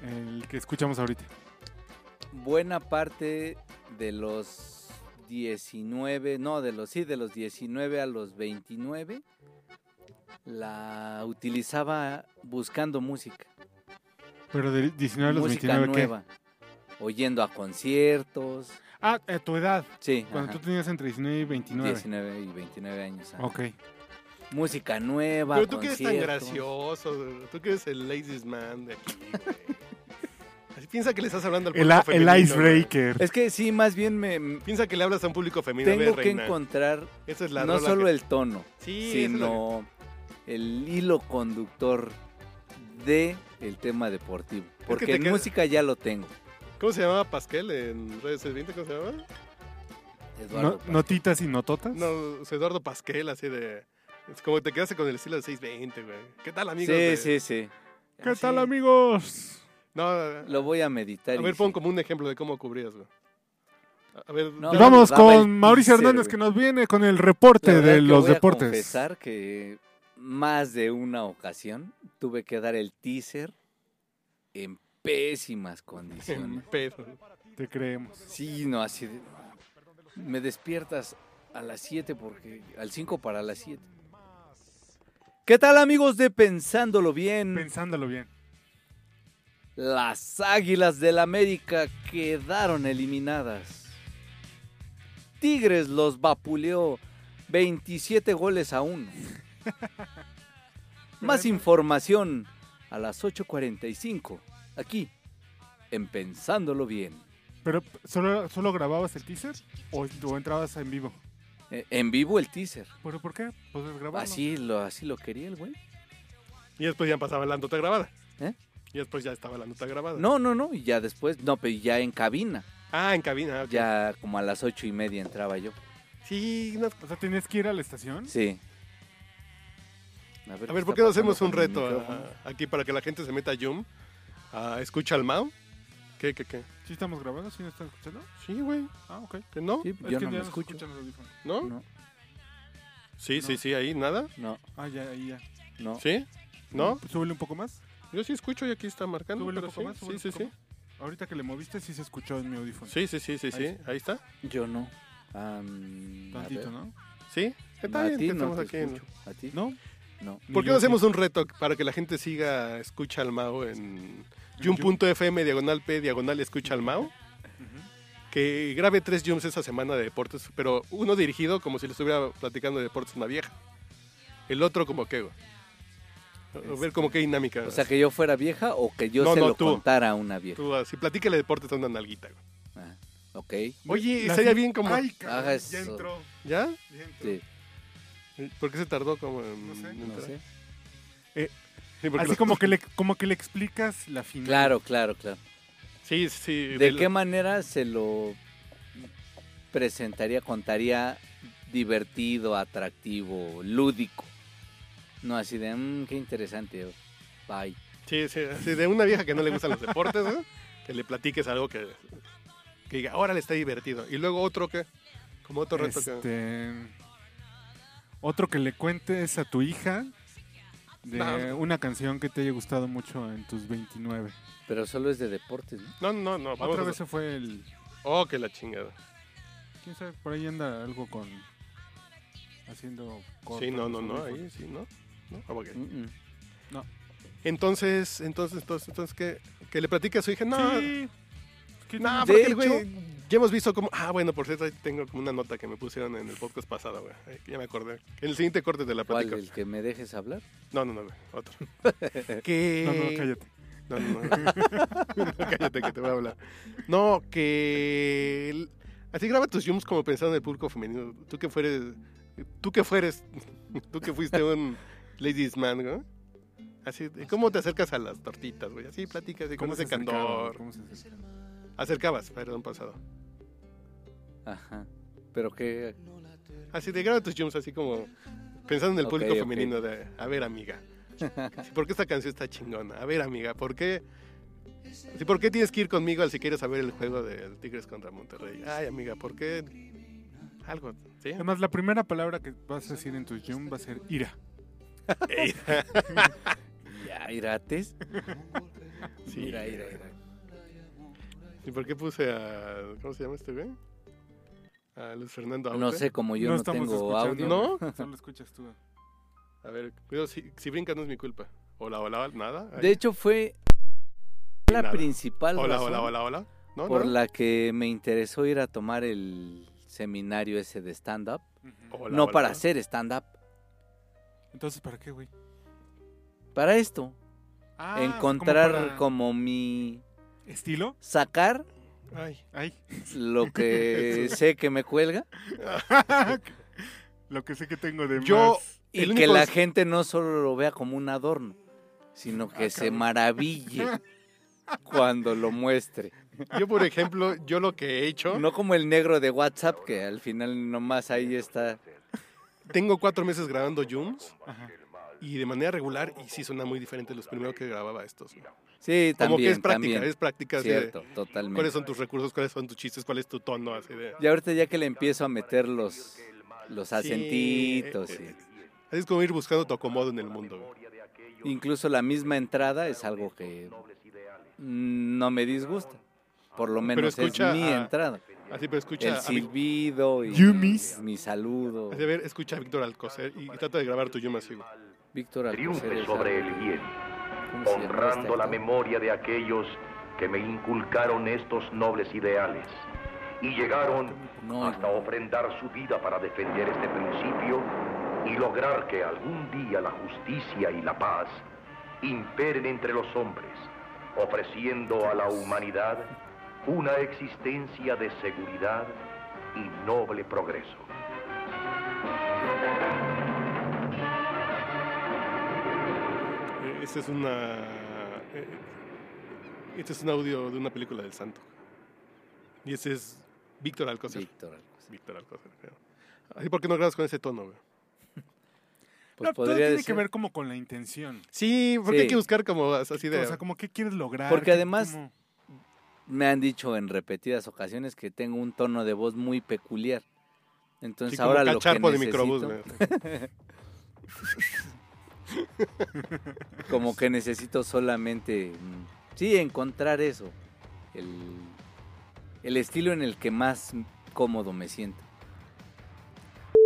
El que escuchamos ahorita.
Buena parte de los 19, no, de los sí, de los 19 a los 29, la utilizaba buscando música.
Pero de 19 a los
música
29, ¿qué?
nueva. Oyendo a conciertos.
Ah, a tu edad.
Sí.
Cuando
ajá.
tú tenías entre 19 y 29.
19 y 29 años. ajá.
Ok.
Música nueva.
Pero tú que eres tan
conciertos.
gracioso, güey. tú que eres el laziest man de aquí, güey.
[laughs]
Así piensa que le estás hablando al
El,
público
a- el
femenino. güey.
icebreaker.
Es que sí, más bien me m-
Piensa que le hablas a un público femenino. ve,
tengo que
reina.
encontrar
Esa es la
no
rola
solo
que-
el tono,
Sí, esa es la-
sino el hilo conductor de el tema deportivo, porque
te
en
queda-
música ya lo tengo.
¿Cómo se llamaba Pascal en Redes 20? ¿Cómo se llamaba?
Eduardo
No- ¿Notitas y nototas?
No, es Eduardo Pasquel, así de. Es como te quedaste con el estilo de 620, güey. ¿Qué tal,
Pascal.
amigos?
Sí,
de-
sí, sí.
¿Qué
Así.
tal, amigos?
No, a
Lo voy a meditar. y
ver,
sí.
pon como un ejemplo de cómo cubrías, güey. A- A ver,
No,
Y vamos
daba el
con Mauricio
teaser,
Hernández
güey.
que nos viene con el
La
reporte
verdad
de
que
los
voy a
deportes.
confesar que más de una ocasión tuve que dar el teaser en pésimas condiciones.
pero.
Te creemos.
Sí, no, así de- Me despiertas a las 7 porque... Al 5 para las 7. ¿Qué tal amigos de Pensándolo Bien?
Pensándolo bien.
Las Águilas del América quedaron eliminadas. Tigres los vapuleó 27 goles
[laughs]
a 1. Más información a las 8.45, aquí, en Pensándolo Bien.
¿Pero solo, solo grababas el teaser o, o entrabas en vivo?
Eh, En vivo el teaser.
¿Pero por qué? Pues grabarlo.
Así lo, así lo quería el güey.
Y después ya pasaba la nota grabada.
¿Eh?
Y después ya estaba la nota grabada.
No, no, no, y ya después, no, pero ya en cabina.
Ah, en cabina. ok.
Ya como a las ocho y media entraba yo.
Sí, no-
O sea, tenías que ir a la estación.
Sí.
A ver,
qué
¿por
está
qué no hacemos
pasando
un
con mi
reto a-
micrófono?
aquí para que la gente se meta a Zoom? Ah, ¿Escucha al Mao? ¿Qué, qué, qué?
¿Sí estamos grabando? ¿Sí nos están escuchando?
Sí, güey.
Ah, ok.
¿Que no?
Sí,
Es
yo
que
no
ya
me
nos
escucho.
escuchan los audífonos.
¿No?
No.
Sí, sí,
No.
sí, ahí, nada.
No,
Ah, ya, ahí ya.
no.
¿Sí? ¿No?
Súbele un poco más.
Yo sí escucho y aquí está marcando.
Súbele un
pero
poco
sí,
más. súbele
sí,
un
sí,
poco
sí.
más. Ahorita que le moviste, sí se escuchó en mi audífono.
Sí, sí, sí, sí, sí.
Ahí
Ahí está.
Yo no. Am, a
Tantito,
ver.
¿no?
¿Sí? Está
a
bien
ti
que
no
estamos
te
aquí. en-
escucho. ¿A ti?
¿No?
No.
Ni
¿Por qué
yo,
no
sí.
hacemos un reto para que la gente siga Escucha al Mao en yum.fm diagonal P diagonal Escucha al Mao? Que grabe tres yums esa semana de deportes, pero uno dirigido como si le estuviera platicando de deportes a una vieja. El otro como que... güey. A- a ver como qué dinámica.
Este, O sea, que yo fuera vieja o que yo
No,
se
no,
lo
tú.
contara a una vieja.
Tú así, platícale deportes a una nalguita. güey.
Ah, ok.
Oye,
La-
sería bien como...
Ay, cabrón,
Haga
ya
eso.
entró.
¿Ya?
ya entró.
Sí,
¿Por qué se tardó como en
No sé,
entrar? Eh,
no sé.
Sí, porque
Así
los-
como que, le, como que le explicas la final.
Claro, claro, claro.
Sí, sí.
¿De
del-
qué manera se lo presentaría, contaría divertido, atractivo, lúdico? No así de, "Mm, qué interesante, bye.
Sí, sí, así de una vieja que no le gustan los deportes, ¿no? que le platiques algo que, que diga, órale, está divertido. Y luego otro que, como otro reto que...
Este, Otro que le cuentes a tu hija de
No.
una canción que te haya gustado mucho en tus 29.
Pero solo es de deportes,
No,
¿no?
no, no, vamos
Otra
a-
vez se fue el...
Oh, que la chingada.
¿Quién sabe? Por ahí anda algo con... Haciendo... corto
sí, no, no,
con su
no,
iPhone.
ahí sí, ¿no? ¿No? Ah, ok.
Mm, mm.
Entonces, entonces, entonces, entonces, ¿qué? Que le platique a su hija, no,
Sí.
no, porque
De
el
hecho-
güey Ya hemos visto como. Ah, bueno, por cierto, ahí tengo como una nota que me pusieron en el podcast pasado, güey. Ay, Ya me acordé. En el siguiente corte de la
¿Cuál?
plática.
¿El que me dejes hablar?
No, no, no, güey. Otro. que...
No, no, cállate.
No, no, no. [laughs] No, cállate que te voy a hablar. No, que... el- Así graba tus yums como pensando en el público femenino. Tú que fueres... Tú que fueres... [laughs] Tú que fuiste un ladies man, ¿no? Así, ¿cómo te acercas a las tortitas, güey? Así platicas, así con ese
acercaron?
candor.
¿Cómo se acercaron?
Acercabas, perdón, pasado.
Ajá. Pero que...
Así de graba tus jumps así como pensando en el
Ok,
público
ok.
femenino de, a ver amiga, sí, ¿por qué esta canción está chingona? A ver amiga, ¿por qué? sí, ¿Por qué tienes que ir conmigo al si quieres saber el juego del Tigres contra Monterrey? Ay amiga, ¿por qué? Algo,
[laughs]
¿sí?
Además, la primera palabra que vas a decir en tus Zoom va a ser ira.
Ey. [laughs]
Ya, irates.
Sí.
Ira, ira, ira.
¿Y por qué puse a cómo se llama este güey? A Luis Fernando
No
Aute.
sé, como yo no, tengo audio.
¿No?
Solo escuchas tú.
A ver, cuidado, si, si brinca no es mi culpa. Hola, hola, nada. Ay,
De hecho, fue la
nada.
principal
Hola,
razón
hola, hola, hola. No,
por
no.
la que me interesó ir a tomar el seminario ese de stand-up.
Hola,
No
hola,
para
hola.
hacer stand-up,
Entonces, ¿para qué, güey?
para esto.
Ah,
encontrar
como para-
como mi...
¿Estilo?
Sacar
Ay.
Ay.
lo
[laughs]
que sé que me cuelga
[laughs] Lo que sé que tengo de
Yo-
más.
y
El
que
único
la
es-
gente no solo lo vea como un adorno, sino
Ah,
que se
[laughs]
maraville cuando lo muestre.
Yo, por ejemplo, yo lo que he hecho...
No como el negro de WhatsApp que al final nomás ahí está.
Tengo cuatro meses grabando Jooms
Ajá.
y de manera regular, y sí suena muy diferente los primeros que grababa estos. ¿no?
Sí, también.
Como que es práctica,
también.
es práctica. así de
Cierto, totalmente.
¿Cuáles son tus recursos? ¿Cuáles son tus chistes? ¿Cuál es tu tono? Así de...
Y ahorita ya que le empiezo a meter los, los acentitos,
eh, eh,
y-
Así es como ir buscando tu acomodo en el mundo. güey.
incluso la misma entrada es algo que mm, no me disgusta. Por lo menos
escucha
es mi
a-
entrada.
Así, pero escucha,
El
a, Vic-
silbido y
Yumis.
mi saludo.
así de ver, escucha a Víctor Alcocer y, y trata de grabar tu Joom así. güey.
Víctor
Triunfe
Alcocer.
sobre el
¿cómo
bien,
se llama este
honrando la
actor?
memoria de aquellos que me inculcaron estos nobles ideales y llegaron
No,
hasta ofrendar su vida para defender este principio y lograr que algún día la justicia y la paz imperen entre los hombres, ofreciendo a la humanidad una existencia de seguridad y noble progreso.
Eh, Este es una... eh, Este es un audio de una película del santo. Y ese es Víctor Alcocer.
Víctor Alcocer.
Víctor Alcocer. creo. Así, ¿por qué no grabas con ese tono, güey?
Pues
No, todo
podría
tiene que
decir-
ver como con la intención.
Sí, porque
Sí.
hay que buscar como así de...
O sea, como qué quieres lograr.
Porque
qué-
además-
cómo-
Me han dicho en repetidas ocasiones que tengo un tono de voz muy peculiar.
sí,
Entonces
como
ahora lo que
cacharpo de
necesito,
microbús, güey.
como que necesito solamente, mm, sí, encontrar eso, el, el estilo en el que más cómodo me siento.
No,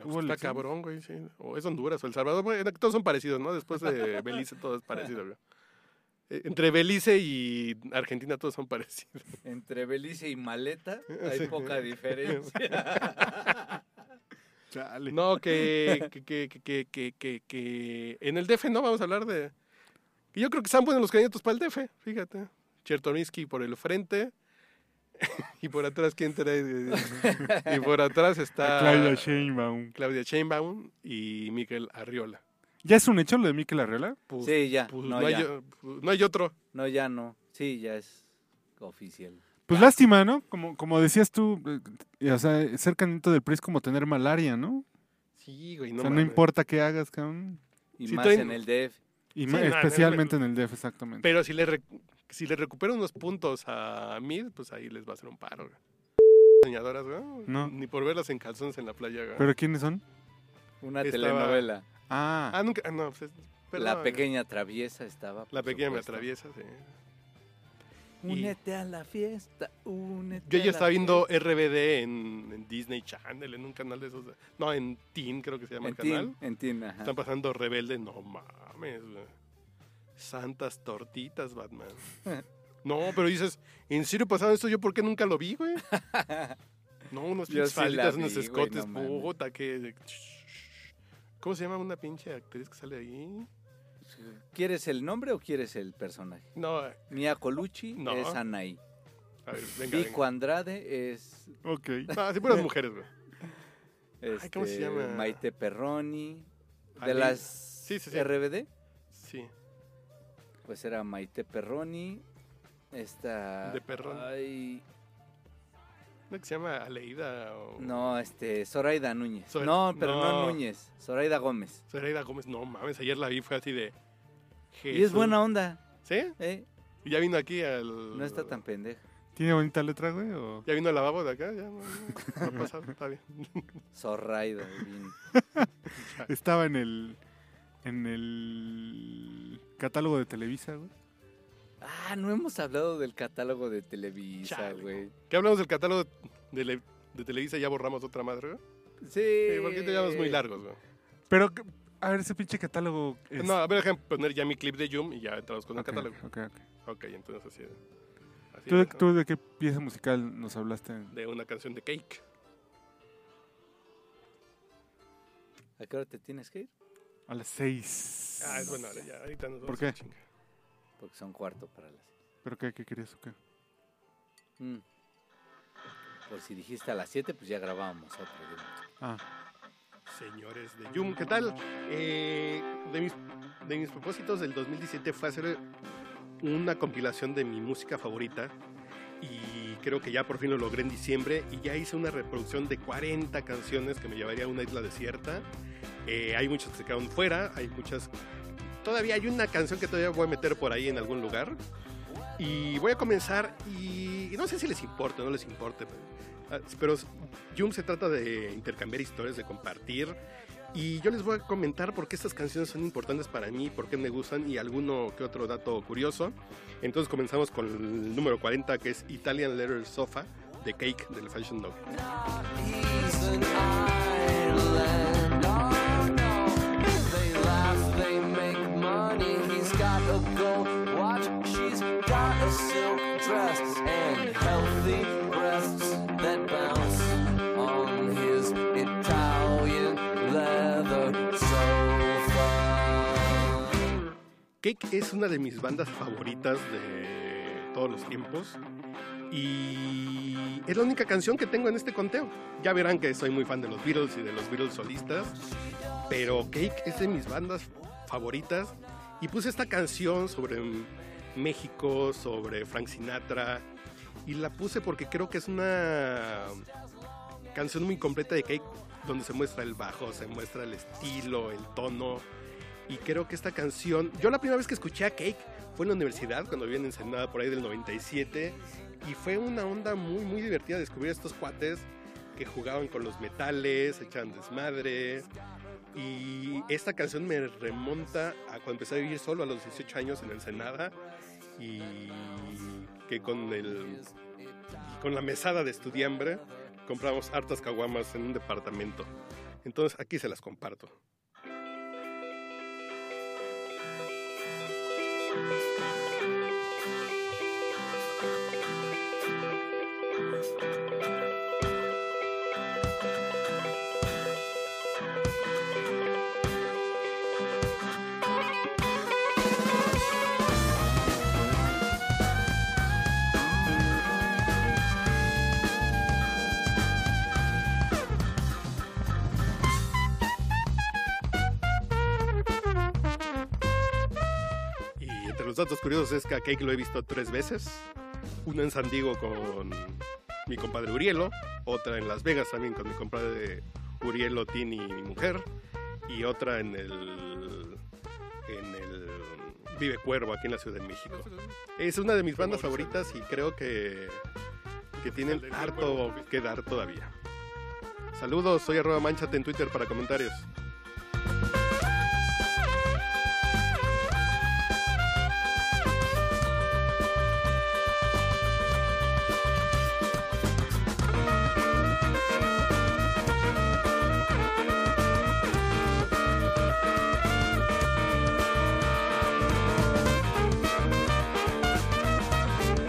[laughs] Hubo
pues, Está
elección.
cabrón, güey, sí. O es Honduras o El Salvador, güey, todos son parecidos, ¿no? Después de Belice todo es parecido, güey. Eh, Entre Belice y Argentina todos son parecidos.
Entre Belice
[laughs]
y Maleta hay poca diferencia.
Chale.
No, que, que, que, que, que, que, que, que- En el DF no vamos a hablar de... que Yo creo que están buenos los candidatos para el DF, fíjate. Chertoninsky por el frente. [laughs] y por atrás, ¿quién trae? y por atrás
A
está...
Claudia Sheinbaum.
Claudia Sheinbaum y Miguel Arriola.
¿Ya es un hecho lo de Mikel Arreola?
Pues-
sí, ya,
pues
no,
no, hay,
ya,
o- pues no hay otro.
no, ya no, sí, ya es oficial.
Pues lástima, ¿no? Como, como decías tú, eh, o sea, ser candidato del PRI es como tener malaria, ¿no?
Sí, güey,
o
no,
sea, no
mames.
importa qué hagas, cabrón.
Y
Sí,
más
estoy-
en el DF.
Y
Sí,
ma-
no, no,
especialmente en el DF, exactamente.
Pero si le, re- si le recupera unos puntos a Mid, pues ahí les va a hacer un paro, güey. Soñadoras, güey.
No.
Ni por verlas en calzones en la playa, güey.
¿Pero quiénes son?
Una
Estaba-
telenovela.
Ah,
Ah, nunca. ah, no, pues, es- perdón,
la
güey.
pequeña traviesa estaba. por
La pequeña me
supuesto.
atraviesa, sí. Y-
Únete a la fiesta, únete.
Yo
a
ya
la
estaba viendo
fiesta.
RBD en, en Disney Channel, en un canal de esos. de- No, en Teen, creo que se llama el
en
canal.
Tin, en Tin, ajá.
Están pasando
[laughs]
Rebelde, no mames, güey. Santas tortitas, Batman. No, pero dices, ¿en serio pasaba esto? ¿Yo por qué nunca lo vi,
[laughs]
güey? No, unos
Yo
pinches
sí la
falditas, unos
vi, güey,
escotes,
no mames.
puta, que... ¿Cómo se llama una pinche actriz que sale ahí?
¿Quieres el nombre o quieres el personaje?
No.
Mia Colucci
No.
es Anaí.
A ver, venga,
Vico
venga.
Andrade es.
Ok. Ah, sí,
[laughs]
puras mujeres, güey. Ay, ¿cómo se
Este,
llama?
Maite Perroni. De
Ali-
las
Sí, sí, sí.
RBD,
Sí.
pues era Maite Perroni. Esta.
De Perroni.
Ay,
¿No que se llama Aleida o...
no, este. Zoraida Núñez.
Zora-
no, pero no.
no.
Núñez. Zoraida Gómez.
Zoraida Gómez, no mames, ayer la vi, fue así de...
Y es
Jesús.
buena onda.
¿Sí?
¿eh?
Y ya vino aquí al...
No está tan pendeja.
¿Tiene bonita letra, güey? O...
Ya vino al lavabo de acá, ya. No, no, no ha pasado, está bien.
Zoraida.
[laughs]
bien.
Ah.
Estaba en el. En el. Catálogo de Televisa, güey.
Ah, no hemos hablado del catálogo de Televisa,
Chale.
güey.
¿Qué hablamos del catálogo de, le- de Televisa? Ya borramos otra madre, güey.
Sí.
Eh, porque te llamas muy largos, güey.
Pero, a ver, ese pinche catálogo. es-
No, a ver, déjame poner ya mi clip de Zoom y ya entramos con
Ok,
el catálogo.
ok, ok.
Ok, entonces así. así
¿Tú, de-
¿no?
tú de qué pieza musical nos hablaste?
De una canción de Cake.
¿A qué hora te tienes que ir?
A las seis.
Ah, es bueno, ahora ya, ahorita nos
¿Por
vamos
qué?
a chingar.
Porque son cuarto para las.
¿Pero qué, qué querías o qué?
Mm. Por si dijiste a las 7, pues ya grabábamos otro. güey.
Ah.
Señores de Yum, ¿qué tal? Eh, de, mis, de mis propósitos del 2017 fue hacer una compilación de mi música favorita y creo que ya por fin lo logré en diciembre y ya hice una reproducción de 40 canciones que me llevaría a una isla desierta. Eh, hay muchas que se quedaron fuera, hay muchas... Todavía hay una canción que todavía voy a meter por ahí en algún lugar. Y voy a comenzar y, y no sé si les importa o no les importe, pero, ah, pero Yum se trata de intercambiar historias, de compartir. Y yo les voy a comentar por qué estas canciones son importantes para mí, por qué me gustan y alguno que otro dato curioso. Entonces comenzamos con el número 40 que es Italian Letter Sofa de Cake del Fashion Dog.
They laugh, they make money. He's got a gold watch, she's got a silk dress, and healthy breasts that bounce on his Italian leather sofa.
Cake es una de mis bandas favoritas de todos los tiempos. Y es la única canción que tengo en este conteo. Ya verán que soy muy fan de los Beatles y de los Beatles solistas. Pero Cake es de mis bandas favoritas. Y puse esta canción sobre mm, México, sobre Frank Sinatra. Y la puse porque creo que es una canción muy completa de Cake, donde se muestra el bajo, se muestra el estilo, el tono. Y creo que esta canción, yo la primera vez que escuché a Cake fue en la universidad, cuando vivía en Ensenada, por ahí del 97. Y fue una onda muy, muy divertida descubrir a estos cuates que jugaban con los metales, echaban desmadre. Y esta canción me remonta a cuando empecé a vivir solo a los 18 años en Ensenada. Y que con, el, y con la mesada de estudiambre compramos hartas caguamas en un departamento. Entonces aquí se las comparto. Y entre los datos curiosos es que a Cake lo he visto tres veces. Una en San Diego con mi compadre Urielo, otra en Las Vegas también con mi compadre Urielo, Tini y mi mujer, y otra en el, en el Vive Cuervo aquí en la Ciudad de México. Es una de mis bandas favoritas y creo que, que tienen harto que dar todavía. Saludos, soy arroba manchate en Twitter para comentarios.
Thank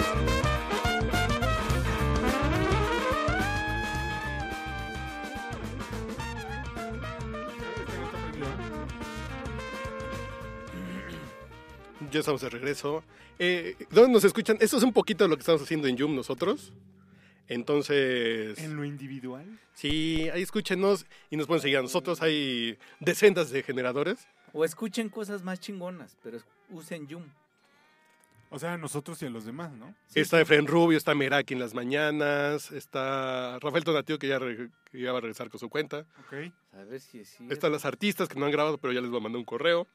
Ya estamos de regreso. Eh, ¿Dónde nos escuchan? Esto es un poquito de lo que estamos haciendo en Yum nosotros. Entonces,
En lo individual.
sí, ahí escúchenos y nos pueden seguir a nosotros. Hay decenas de generadores.
O escuchen cosas más chingonas, pero usen Yum.
O sea, a nosotros y a los demás, ¿no?
está Efren Rubio, está Meraki en las mañanas, está Rafael Tonatiu que ya, re- que ya va a regresar con su cuenta.
Ok.
A ver si es cierto.
Están las artistas que no han grabado, pero ya les voy a mandar un correo.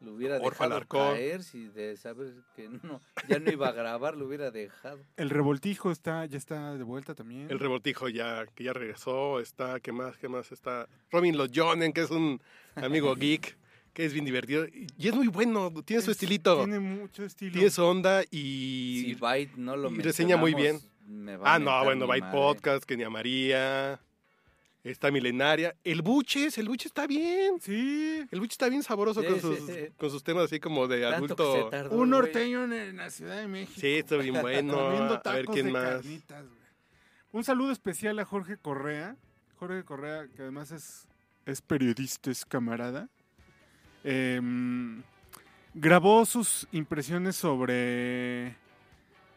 Lo hubiera
Orfa
dejado
Alarcón.
caer si de saber que no, ya no iba a grabar, lo hubiera dejado.
El revoltijo está, ya está de vuelta también.
El revoltijo ya, que ya regresó, está, ¿qué más? ¿Qué más? Está Robin Lojonen, que es un
[laughs]
amigo geek, que es bien divertido. Y y es muy bueno, tiene su
Es-
estilito,
Tiene mucho estilo.
tiene su onda y...
Si Byte no lo
y reseña muy bien.
mencionamos, me va a
Ah, no,
mentar
bueno,
mi
Byte
madre.
Podcast, Kenia María, está Milenaria. El Buches, el Buches está bien.
Sí.
El Buches está bien sabroso
Sí,
con,
sí,
sus,
sí.
con sus temas así como de
Tanto que se
adulto.
tardó,
Un
güey.
norteño en, en la Ciudad de México.
Sí, está
[laughs]
bien bueno.
Comiendo
A ver
tacos
quién
de
más.
carnitas, güey. Un saludo especial a Jorge Correa. Jorge Correa, que además es, es periodista, es camarada. Em, grabó sus impresiones sobre,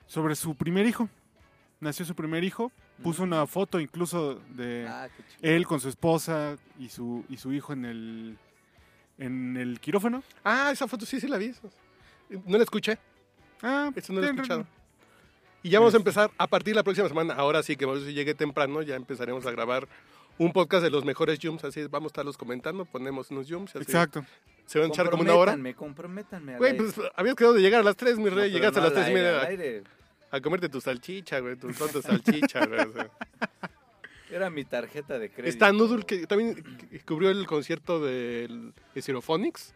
sobre su primer hijo. Nació su primer hijo. Puso una foto incluso de
Ah, qué chido.
él con su esposa y su, y su hijo en el, en el quirófano.
Ah, esa foto sí, sí la vi. No la escuché.
Ah,
Eso no lo he
ten-
escuchado. Y ya vamos a
Este.
empezar a partir de la próxima semana. Ahora sí que Mauricio llegue temprano, ya empezaremos a grabar un podcast de los mejores jumps. Así es, vamos a estarlos comentando, ponemos unos jumps. así
Exacto.
Se van a echar como una hora.
Comprométanme, comprométanme al
Güey,
aire.
pues habías quedado de llegar a las 3, mi
No,
rey.
pero
Llegaste
no
a las
al
3 y media
aire,
a-
al aire.
a comerte tu salchicha, güey, tu tonta salchicha, güey. o
[laughs]
sea.
Era mi tarjeta de crédito.
Está Noodle, que también que cubrió el concierto del Styrophonics.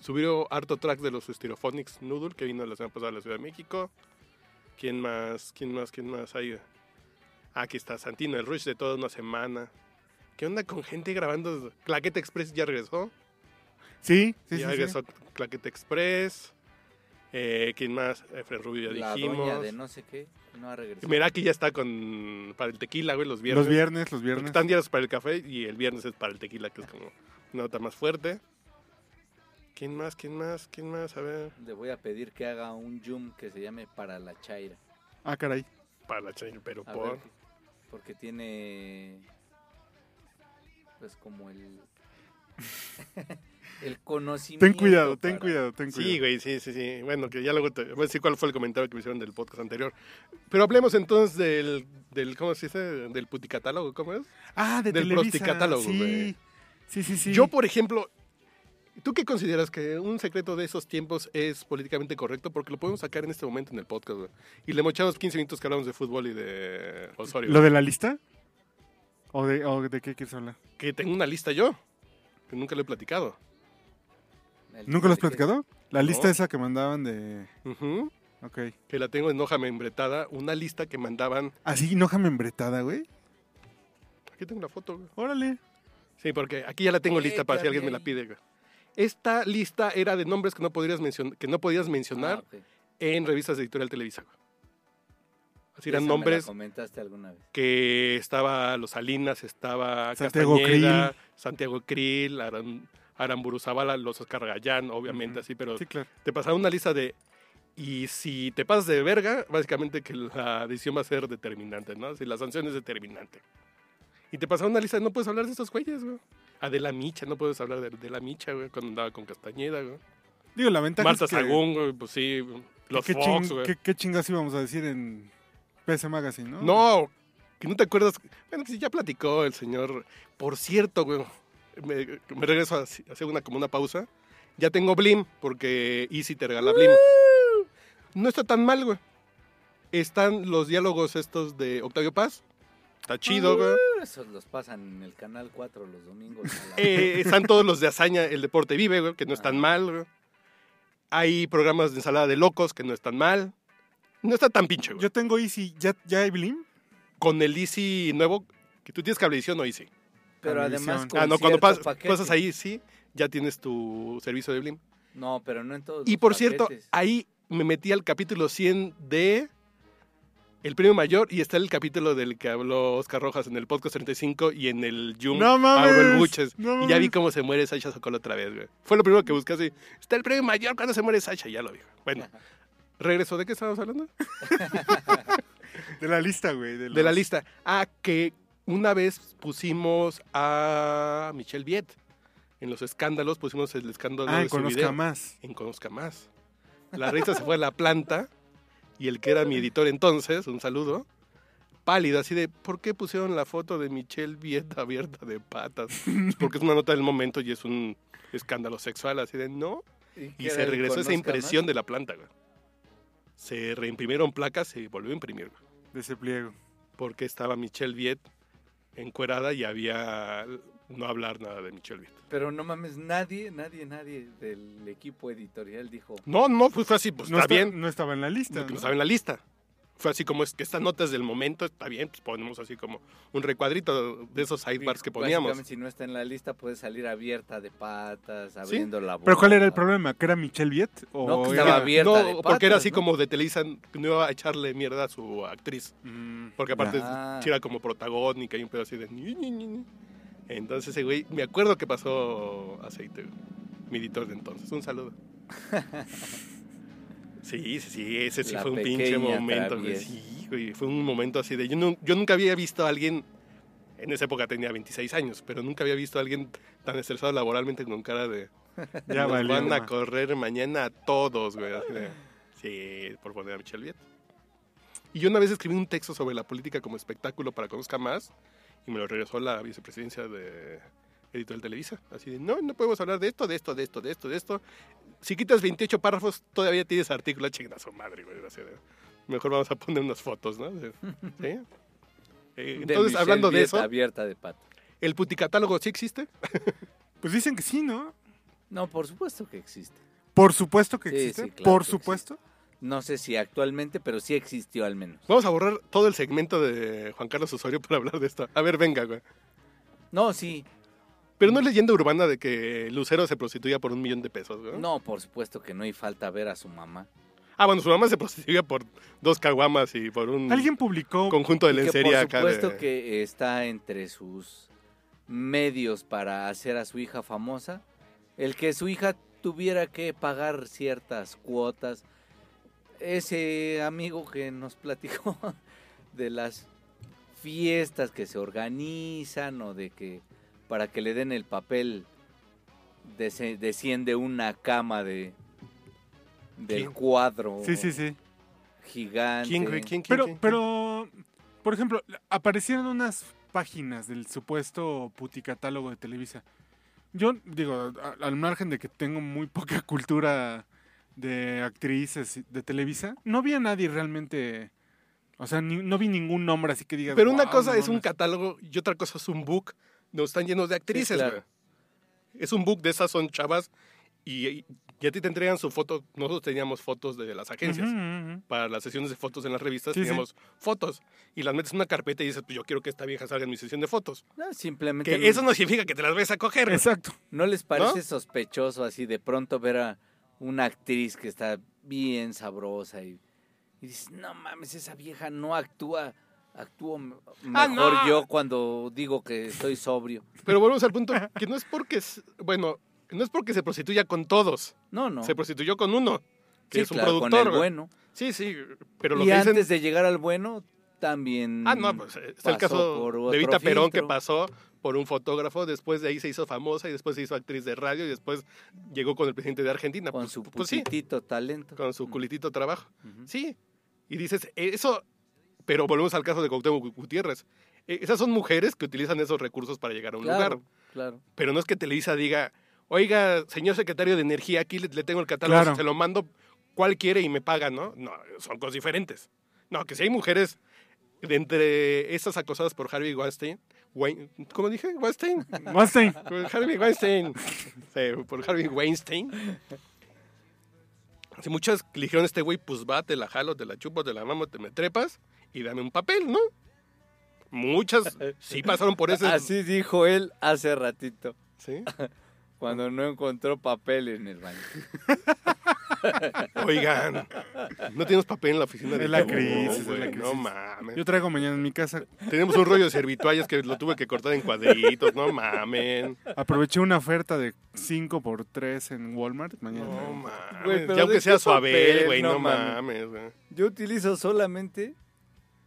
Subió harto track de los Styrophonics Noodle, que vino la semana pasada a la Ciudad de México. ¿Quién más? ¿Quién más? ¿Quién más hay? Ah, Aquí está Santino, el Rush de toda una semana. ¿Qué onda con gente grabando? Claquete Express ya regresó.
Sí, sí, sí,
ya
sí.
regresó Claquete Express. Eh, ¿Quién más? Efren Rubio ya
La doña
dijimos.
de no sé qué no ha regresado.
Meraki ya está con para el tequila, güey, los viernes.
Los viernes, los
Porque
viernes.
están días para el café y el viernes es para el tequila, que es como una nota más fuerte. ¿Quién más? ¿Quién más? ¿Quién más? A ver.
Le voy a pedir que haga un Yum que se llame Para la Chaira.
Ah, caray.
Para la chain, pero
A
por.
ver, porque tiene. Pues como el. [laughs] el conocimiento.
Ten cuidado, ten
para-
cuidado, ten cuidado.
Sí, güey, sí, sí, sí. Bueno, que ya luego te voy a decir cuál fue el comentario que me hicieron del podcast anterior. Pero hablemos entonces del, del ¿cómo se dice? Del puticatálogo, ¿cómo es?
Ah, de
Del
Televisa.
prosticatálogo,
sí.
güey.
sí, sí, sí.
Yo, por ejemplo, ¿tú qué consideras que un secreto de esos tiempos es políticamente correcto? Porque lo podemos sacar en este momento en el podcast, güey. Y le mochamos 15 minutos que hablamos de fútbol y de Osorio.
¿Lo de la lista? ¿O de, o de qué quieres hablar?
Que tengo una lista yo, que nunca lo he platicado.
El
¿Nunca lo has
que-
platicado? La
No.
lista esa que mandaban de...
Ujú.
Ok.
Que la tengo en hoja membretada, una lista que mandaban.
Así, no membretada, güey.
Aquí tengo la foto, güey.
Órale.
Sí, porque aquí ya la tengo lista para si alguien me la pide, güey. Esta lista era de nombres que no podrías mencionar, que no podías
Ah,
mencionar
ok.
en revistas de editorial Televisa. güey. Así
Esa me
eran
la
nombres
comentaste alguna vez.
que estaba Los Salinas, estaba
Santiago
Castañeda, Santiago Krill, Aram- Aramburu Zavala, los Oscar Gallán, obviamente
Ujú.
así, pero
Sí, claro.
te pasaron una lista de. Y si te pasas de verga, básicamente que la decisión va a ser determinante, ¿no? Si la sanción es determinante. Y te pasaron una lista de no puedes hablar de esos güeyes, güey. Adela Micha, no puedes hablar de Adela Micha, güey, cuando andaba con Castañeda, güey.
Digo, la ventaja
Marta
es que...
Sagún, güey, pues sí. güey. Los
¿qué,
Fox,
ching-
güey.
qué- qué chingas íbamos a decir en PC Magazine, no?
No, que no te acuerdas. Bueno, que sí, ya platicó el señor. Por cierto, güey, me, me regreso a hac- hacer una, como una pausa. Ya tengo Blim, porque Easy te regala Blim. No está tan mal, güey. Están los diálogos estos de Octavio Paz. Está chido, güey.
Esos los pasan en el canal 4 los domingos. a
[laughs]
la-
Eh, están todos los de Hazaña, El Deporte Vive, güey, que no están mal, güey. Hay programas de ensalada de locos que no están mal. No está tan pinche, güey.
Yo tengo Easy, ¿ya, ya hay Blim?
Con el Easy nuevo, que tú tienes cablevisión o Easy.
pero además.
televisión.
con
Ah, no, cuando
cierto
pas-
paquete.
pasas ahí, sí, ya tienes tu servicio de Blim.
No, pero no en todos.
Y ah,
los
por cierto,
paquetes.
ahí me metí al capítulo 100 de El premio mayor y está el capítulo del que habló Oscar Rojas en el podcast 35 y en el Yum
¡No mames!
Pablo Buches.
¡No
y ya vi
mames!
cómo se muere Sasha Sokol otra vez, güey. Fue lo primero que busqué así. Está el premio mayor cuando se muere Sasha, ya lo vi. Bueno, regreso. ¿De qué estábamos hablando?
De la lista, güey. De,
de la
los-
lista. Ah, que una vez pusimos a Michelle Viet. En los escándalos pusimos el escándalo
Ah,
de
en
su
Conozca
video.
Más.
En Conozca Más. La revista se fue a la planta y el que era mi editor entonces, un saludo, pálido, así de, ¿por qué pusieron la foto de Michelle Viet abierta de patas?
[laughs]
Pues Porque es una nota del momento y es un escándalo sexual, así de, no. Y se regresó esa impresión de la planta, güey. Se reimprimieron placas, se volvió a imprimir, güey
De ese pliego.
porque estaba Michelle Viet encuerada y había no hablar nada de Michelle Viet.
Pero no mames, nadie, nadie, nadie del equipo editorial dijo.
No, no, pues fue así, pues
No
está
está-
bien. Pues
no estaba en la lista,
No,
¿no?
estaba en la lista. Fue así como es que estas notas del momento está bien, pues ponemos así como un recuadrito de esos sidebars que poníamos.
Básicamente, si no está en la lista, puede salir abierta de patas, abriendo la boca.
¿Pero cuál era el problema? ¿Que era Michelle Viet? O
No, que
era-
estaba abierta
Oh. no,
de
porque era
patas,
así
¿no?
como de Televisa, no iba a echarle mierda a su actriz.
Mm,
mm, porque aparte
ya.
sí era como protagónica y un pedo así de... ni, ni, ni, ni. Entonces, ese güey, me acuerdo que pasó aceite, güey, mi editor de entonces. Un
[laughs]
saludo. sí, sí, sí, ese sí
La
fue un pinche
pequeña
momento, güey.
traviesa.
Sí, güey, fue un momento así de... Yo, nu- yo nunca había visto a alguien... En esa época tenía 26 años, pero nunca había visto a alguien tan estresado laboralmente con cara
[laughs]
de...
Ya
Nos
valió,
van
ma.
a correr mañana a todos, güey. así de- Sí, por poner a Michelle Viet. Y yo una vez escribí un texto sobre la política como espectáculo para Conozca Más y me lo regresó la vicepresidencia de Editorial Televisa. Así de, no, no podemos hablar de esto, de esto, de esto, de esto, de esto. Si quitas 28 párrafos, todavía tienes artículo. "Ah, Chinga su madre, güey. así de, Mejor vamos a poner unas fotos, ¿no?
[laughs]
De- ¿Sí? Eh,
De
entonces,
Michelle
hablando de
Viet
eso,
Abierta de patas.
¿el puticatálogo sí existe?
Pues dicen que sí, ¿no?
No, por supuesto que existe.
Por supuesto que
Sí,
existe.
sí, claro
por
que
supuesto.
No sé si actualmente, pero sí existió al menos.
Vamos a borrar todo el segmento de Juan Carlos Osorio para hablar de esto. A ver, venga, güey.
No, sí.
Pero no es leyenda urbana de que Lucero se prostituía por un millón de pesos, güey.
No, por supuesto que no hay falta ver a su mamá.
Ah, bueno, su mamá se prostituía por dos caguamas y por un
Alguien publicó.
conjunto de
Y que
lencería
por
acá.
supuesto
de-
que está entre sus medios para hacer a su hija famosa el que su hija tuviera que pagar ciertas cuotas ese amigo que nos platicó [laughs] de las fiestas que se organizan o de que para que le den el papel dese- desciende una cama de del
¿Quién?
cuadro
Sí, sí, sí.
gigante
¿Quién, güey? ¿Quién, quién,
Pero,
quién?
pero, por ejemplo, aparecieron unas páginas del supuesto puticatálogo de Televisa. Yo digo, a- al margen de que tengo muy poca [laughs] cultura de actrices y- de Televisa, no vi a nadie realmente. O sea, ni- no vi ningún nombre así que diga.
Pero una
"Guau,
cosa
no
es un
mames".
catálogo y otra cosa es un book donde están llenos de actrices,
claro.
güey. Es un book de esas son chavas y, y- y a ti te entregan su foto. Nosotros teníamos fotos de las agencias.
Ujú, ujú, ujú.
para las sesiones de fotos en las revistas
Sí, sí.
teníamos fotos y las metes en una carpeta y dices, pues yo quiero que esta vieja salga en mi sesión de fotos.
No, simplemente
Que eso no significa que te las ves a coger. güey.
Exacto.
¿No les parece sospechoso así de pronto ver a una actriz que está bien sabrosa y, y dices, no mames, esa vieja no actúa, actúo m-
Ah,
mejor
no.
yo cuando digo que estoy sobrio?
Pero volvemos al punto que no es porque, s- bueno, no es porque se prostituya con todos.
No, no.
Se prostituyó con uno, que
Sí,
es un
claro, con
productor.
el
güey.
bueno.
Sí, sí, pero lo
y
que
antes
dicen...
de llegar al bueno, también...
Ah, no, pues está el
pasó por
caso
otro
de Evita Perón que
filtro.
pasó por un fotógrafo, después de ahí se hizo famosa y después se hizo actriz de radio y después llegó con el presidente de Argentina.
Con
Pues-
su
pues sí.
putitito talento.
con su culitito trabajo.
Ujú.
Sí. Y dices, "E, eso, pero volvemos al caso de Cuauhtémoc Gu- Gutiérrez. Eh, Esas son mujeres que utilizan esos recursos para llegar a un
Claro,
lugar.
claro.
Pero no es que Televisa diga, oiga, señor secretario de Energía, aquí le, le tengo el catálogo,
Claro.
se lo mando cuál quiere y me paga, ¿no? No, son cosas diferentes. No, que si hay mujeres de entre esas acosadas por Harvey Weinstein, Wein- ¿cómo dije? Weinstein.
Weinstein.
Por Harvey Weinstein. Sí, por Harvey Weinstein. Si muchas le dijeron a este güey, pues va, te la jalo, te la chupo, te la mamo, te me trepas y dame un papel, ¿no? Muchas sí pasaron por
Ah,
ese.
Así dijo él hace ratito,
¿Sí?
cuando no encontró papel en el baño.
Oigan, No tenemos papel en la oficina de
Es la
Cabo,
crisis,
güey,
es la crisis.
No mames.
Yo traigo mañana en mi casa.
Tenemos un rollo de servituallas que lo tuve que cortar en cuadritos, no mamen.
Aproveché una oferta de 5 por 3 en Walmart mañana. No
mames. Güey, pero Ya aunque ¿de qué sea suave, papel? güey, No no mames. mames, güey.
[laughs] Yo utilizo solamente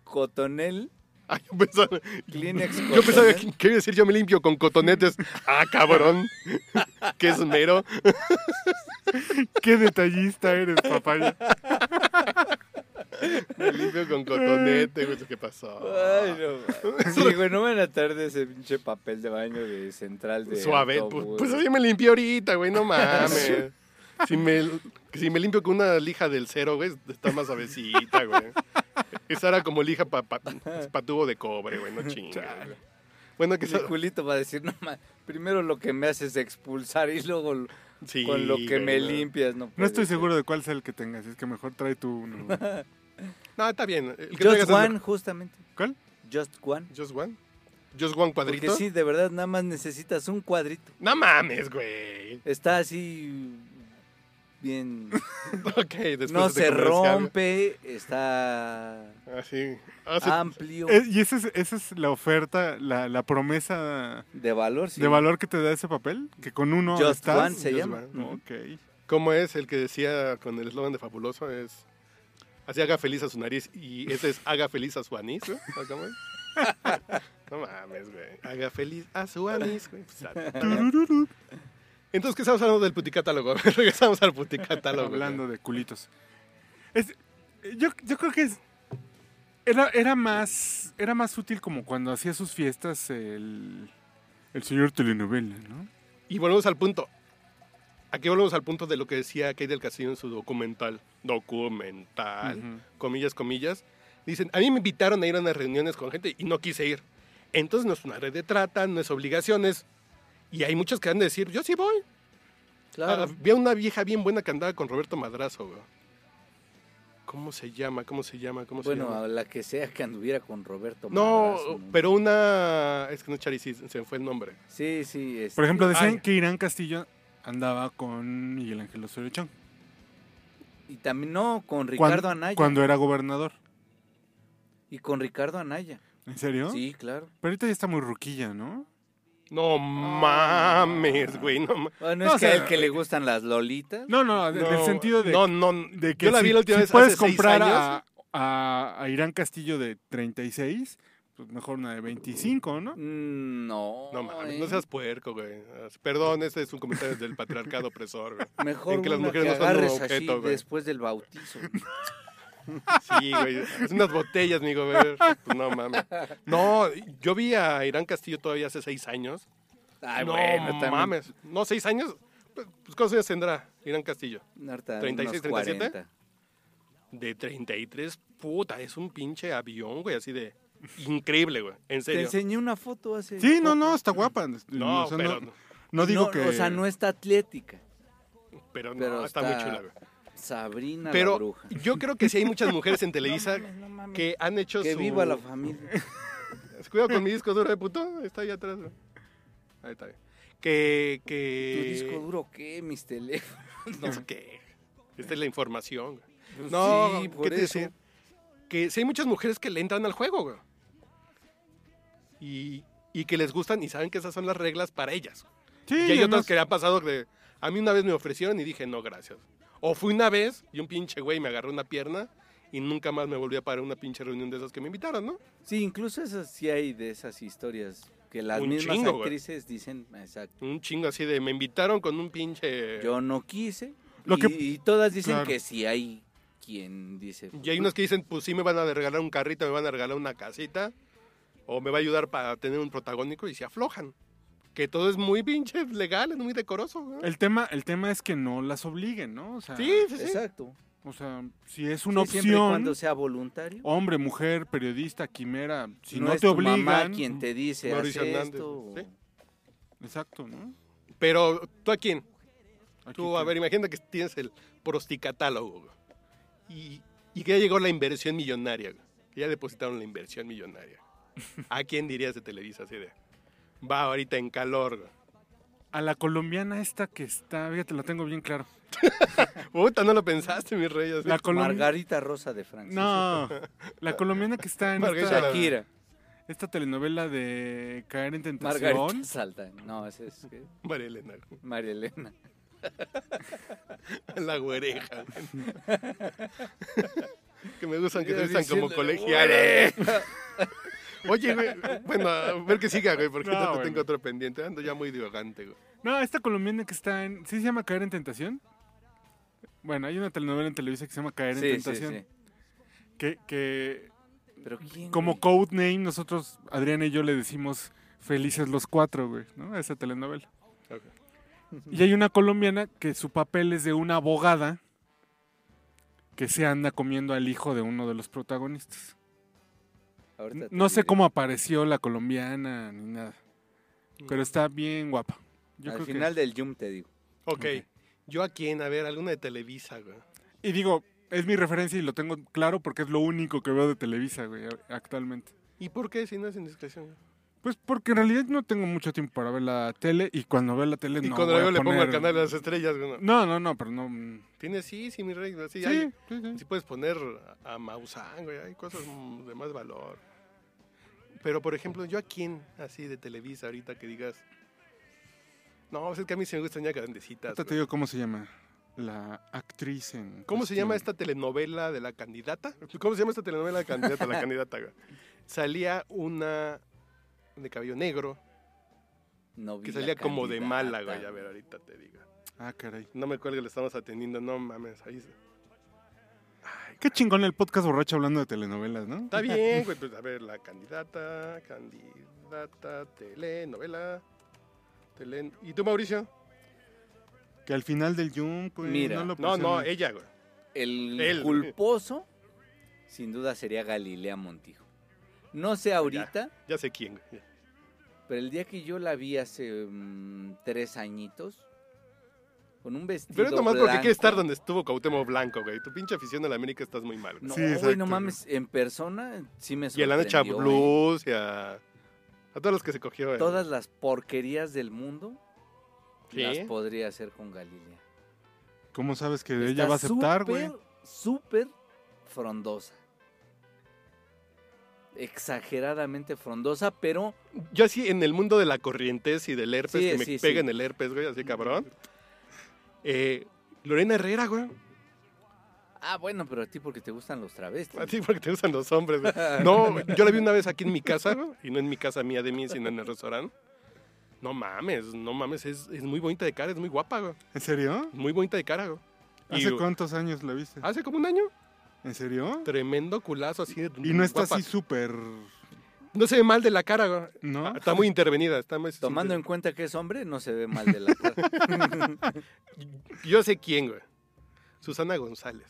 cotonel.
[laughs] yo pensaba,
Kleenex
[laughs] Yo pensaba
Cotonel.
que que iba a decir yo me limpio con cotonetes. Ah,
[laughs]
cabrón. Qué esmero.
Qué detallista eres,
[laughs]
papaya.
Me limpio con cotonete, güey, ¿qué pasó?
Ay,
[laughs]
no. mames. Sí, güey, no me van a tardar ese pinche papel de baño de central de.
Suave. Pues,
autobús.
pues así me limpié ahorita, güey, no mames. Si me, si me limpio con una lija del cero, güey, está más suavecita, güey. Esa era como lija para tubo de cobre, güey, no chingas. güey. Bueno, que
Mi culito va a decir, no ma- primero lo que me haces expulsar y luego lo-
Sí,
con lo que me
güey.
limpias. No,
No
puede
estoy
ser.
seguro de cuál sea el que tengas, es que mejor trae tú
[laughs]
uno. güey.
No, está bien. El que traigas es
Just
lo-
One, justamente.
¿Cuál?
Just One.
Just One. Just One cuadrito.
Porque sí, de verdad, nada más necesitas un cuadrito.
No mames, güey.
Está así bien...
[laughs] Ok, después
no
de este
se
comercial.
rompe, está...
Así.
Amplio.
Es- y esa es, esa es la oferta, la, la promesa
de valor, sí.
de valor que te da ese papel, que con uno
Just
estás.
One se
Just
llama.
One.
Ujú.
Ok.
¿Cómo es el que decía con el eslogan de Fabuloso? Es. Así haga feliz a su nariz y ese es haga feliz a su anís, ¿no? ¿O cómo es? [laughs] No mames, güey. Haga feliz a su anís, güey. Pues, está- está bien. Entonces, ¿qué estamos hablando del puticatálogo? [laughs] Regresamos al puticatálogo.
Hablando de culitos. Es- yo, yo creo que es- era, era, más, era más útil como cuando hacía sus fiestas el, el señor telenovela, ¿no?
Y volvemos al punto. Aquí volvemos al punto de lo que decía Kate del Castillo en su documental. Documental.
Ujú.
Comillas, comillas. Dicen, a mí me invitaron a ir a unas reuniones con gente y no quise ir. Entonces no es una red de trata, no es obligaciones. Y hay muchos que han de decir, yo sí voy.
Claro.
Ah, vi a una vieja bien buena que andaba con Roberto Madrazo, güey. ¿Cómo se llama? ¿Cómo se llama? ¿Cómo se
Bueno,
llama?
a la que sea que anduviera con Roberto
No,
Madrazo, ¿no?
pero una... Es que no, Chari, sí, se me fue el nombre.
Sí, sí. este-
Por ejemplo, decían
Ay,
que Irán Castillo andaba con Miguel Ángel Osorio Chong.
Y también, no,
Cuan-
con Ricardo Anaya.
Cuando era gobernador.
Y con Ricardo Anaya.
¿En serio?
Sí, claro.
Pero ahorita ya está muy ruquilla, ¿no?
Ah.
No mames, güey, no mames.
Bueno,
No, o
es que
sea-
a él que le gustan las lolitas.
No, no, en el
No,
sentido de,
No, no.
de que
yo la vi
si-
la última
si
vez
puedes
hace seis
comprar
años.
A, a- a Irán Castillo de 36, pues mejor una de 25, ¿no?
Mm, No.
No mames,
¿eh?
no seas puerco, güey. Perdón, este es un comentario del patriarcado opresor, güey.
Mejor
en que las
una
mujeres no son un
agarres
objeto,
así
güey.
después del
[laughs]
bautizo.
Sí, güey. Es unas botellas, amigo, güey. Pues no mames. No, yo vi a Irán Castillo todavía hace seis años.
Ay,
no
bueno, también.
mames. No, seis años. Pues, pues, ¿cuántos años tendrá Irán Castillo?
Narta,
36,
unos
37.
40.
De 33, puta, es un pinche avión, güey, así de increíble, güey. En
Te
serio.
enseñé una foto hace.
Sí, no,
poco.
no, está guapa.
No,
o sea,
pero,
no, no digo
No,
que.
O sea, no está atlética.
pero no,
pero
está, muy
está-
chula, güey.
Sabrina la
Pero
bruja.
yo creo que sí hay muchas mujeres en Televisa
[laughs] No mames.
que han hecho
Que
su...
viva la familia.
Cuidado
[laughs]
con mi disco duro de puto. Está ahí atrás, güey. Ahí está. bien. Que.
¿Tu
que...
disco duro qué? Mis teléfonos.
No. ¿Qué? Esta es la información. güey.
Pues
[laughs] No,
sí, por
¿qué te
eso.
decía? Que sí hay muchas mujeres que le entran al juego, güey. Y, y que les gustan y saben que esas son las reglas para ellas.
Sí,
y hay otras
además-
que le han pasado de. A mí una vez me ofrecieron y dije, no, gracias. O fui una vez y un pinche güey me agarró una pierna y nunca más me volví a parar a una pinche reunión de esas que me invitaron, ¿no?
Sí, incluso esas sí hay de esas historias que las
Un
mismas
chingo, güey.
actrices dicen, exacto,
Un chingo así de. Me invitaron con un pinche.
yo no quise.
Lo
y,
que-
y todas dicen
Claro.
que sí hay quien dice.
Y hay unos que dicen, pues sí me van a regalar un carrito, me van a regalar una casita, o me va a ayudar para tener un protagónico y se aflojan. Que todo es muy pinche legal, es muy decoroso. ¿no?
El tema, el tema es que no las obliguen, ¿no? O sea,
Sí, sí, sí.
Exacto.
o sea si es una
Sí, Siempre y
opción,
cuando sea voluntario.
hombre, mujer, periodista, quimera, si no,
es
te
tu
obligan.
mamá quien te dice, haz
Mauricio Hernández,
esto. o-
sí.
Exacto, ¿no?
Pero tú a quién?
Aquí
Tú, a
te-
ver, imagina que tienes el prosticatálogo güey, y, y que ya llegó la inversión millonaria, güey, que ya depositaron la inversión
[laughs]
millonaria. ¿A quién dirías de Televisa así de? Va ahorita en calor, güey,
a la colombiana esta que está, fíjate, lo tengo bien
[laughs]
claro.
Puta, no lo pensaste, mis reyes.
La colom-
Margarita Rosa de Francisco.
No, la colombiana que está en
Margarita
esta,
Shakira.
esta telenovela de Caer en Tentación.
Margarita Salta. No, ese es. ¿qué?
[laughs] María Elena.
María
[laughs]
Elena.
La güereja.
[laughs]
que me gustan, que te
Yo
gustan como
diciéndole,
colegiales.
"Güera".
Oye, güey. Bueno, a ver que siga, güey, porque
No,
ahorita
bueno.
tengo otro pendiente. Ando ya muy divagante, güey.
No, esta colombiana que está en. ¿Sí se llama Caer en Tentación? Bueno, hay una telenovela en Televisa que se llama Caer
Sí,
en
sí,
Tentación.
sí.
Que, que
Pero quién.
como codename, nosotros, Adrián y yo le decimos Felices los Cuatro, güey, ¿no? A esa telenovela. Y hay una colombiana que su papel es de una abogada que se anda comiendo al hijo de uno de los protagonistas.
Ahorita te
No sé
diré.
cómo apareció la colombiana ni nada. Pero está bien guapa. Yo
Al
creo que-
final del Yum te digo.
ok. ¿Yo a quién? A ver, alguna de Televisa, güey.
Y digo, es mi referencia y lo tengo claro porque es lo único que veo de Televisa, güey, a- actualmente.
¿Y por qué si no es indiscreción? güey?
Pues porque en realidad no tengo mucho tiempo para ver la tele y cuando veo la tele
Y
no
cuando
voy a
yo le pongo al
poner-
canal de las estrellas, güey. no.
No, no, no, pero no... mm,
Tiene sí, sí, mi rey. güey, Sí,
Sí,
hay-
sí, sí.
sí puedes poner a Maussan, güey. Hay cosas mm, de más valor. Pero, por ejemplo, ¿yo a quién así de Televisa ahorita que digas? No, pues es que a mí se me gustan ya grandecitas.
Ahorita te
güey.
digo cómo se llama la actriz en...
¿Cómo se llama
cuestión.
esta telenovela de la candidata? ¿Cómo se llama esta telenovela de la candidata?
[laughs]
La candidata, güey. Salía una de cabello negro
No vi
que
la
salía como de mala,
candidata.
güey. A ver, ahorita te digo.
Ah, caray.
No me cuelgues, le estamos atendiendo. No mames, ahí se-
Qué chingón el podcast borracho hablando de telenovelas, ¿no?
Está bien, güey. Pues, a ver, la candidata, candidata, telenovela. Telen... ¿Y tú, Mauricio?
Que al final del Yum, güey,
Mira.
no lo
No, no,
presiones.
ella, güey.
El
Él.
culposo, sin duda, sería Galilea Montijo. No sé ahorita,
Ya sé quién, güey.
pero el día que yo la vi hace mm, tres añitos, con un vestido
Pero es nomás porque
blanco.
quiere estar donde estuvo Cuauhtémoc Blanco, güey. Tu pinche afición a la América estás muy mal, güey.
No,
Sí,
güey,
exacto,
no mames, en persona sí me
y a la
sorprendió. eh.
noche a
güey.
Blues y a... A todos los que se cogió, eh. güey.
Todas las porquerías del mundo
Sí.
las podría hacer con Galilea.
¿Cómo sabes que ella
Está
va a aceptar, güey?
súper, Súper frondosa. Exageradamente frondosa, pero
Yo así en el mundo de la corrientez y del herpes,
Sí,
que me
sí,
pega
sí.
en el herpes, güey, así cabrón. Eh, Lorena Herrera, güey.
Ah, bueno, pero a ti porque te gustan los travestis.
Así porque te usan los hombres,
[laughs]
güey. No, güey, yo la vi una vez aquí en mi casa, güey, y no en mi casa mía de mí, sino en el restaurante. No mames, no mames, es, es muy bonita de cara, es muy guapa, güey.
¿En serio?
Muy bonita de cara, güey. Y, Ah,
¿Hace
güey,
cuántos años la viste?
Hace como un año.
¿En serio?
Tremendo culazo así. de-
Y no está
guapa.
así súper...
No se ve mal de la cara, güey.
¿No?
Ah, Está muy intervenida, está muy...
Tomando en cuenta que es hombre, no se ve mal de la cara.
Yo sé quién, güey. Susana González.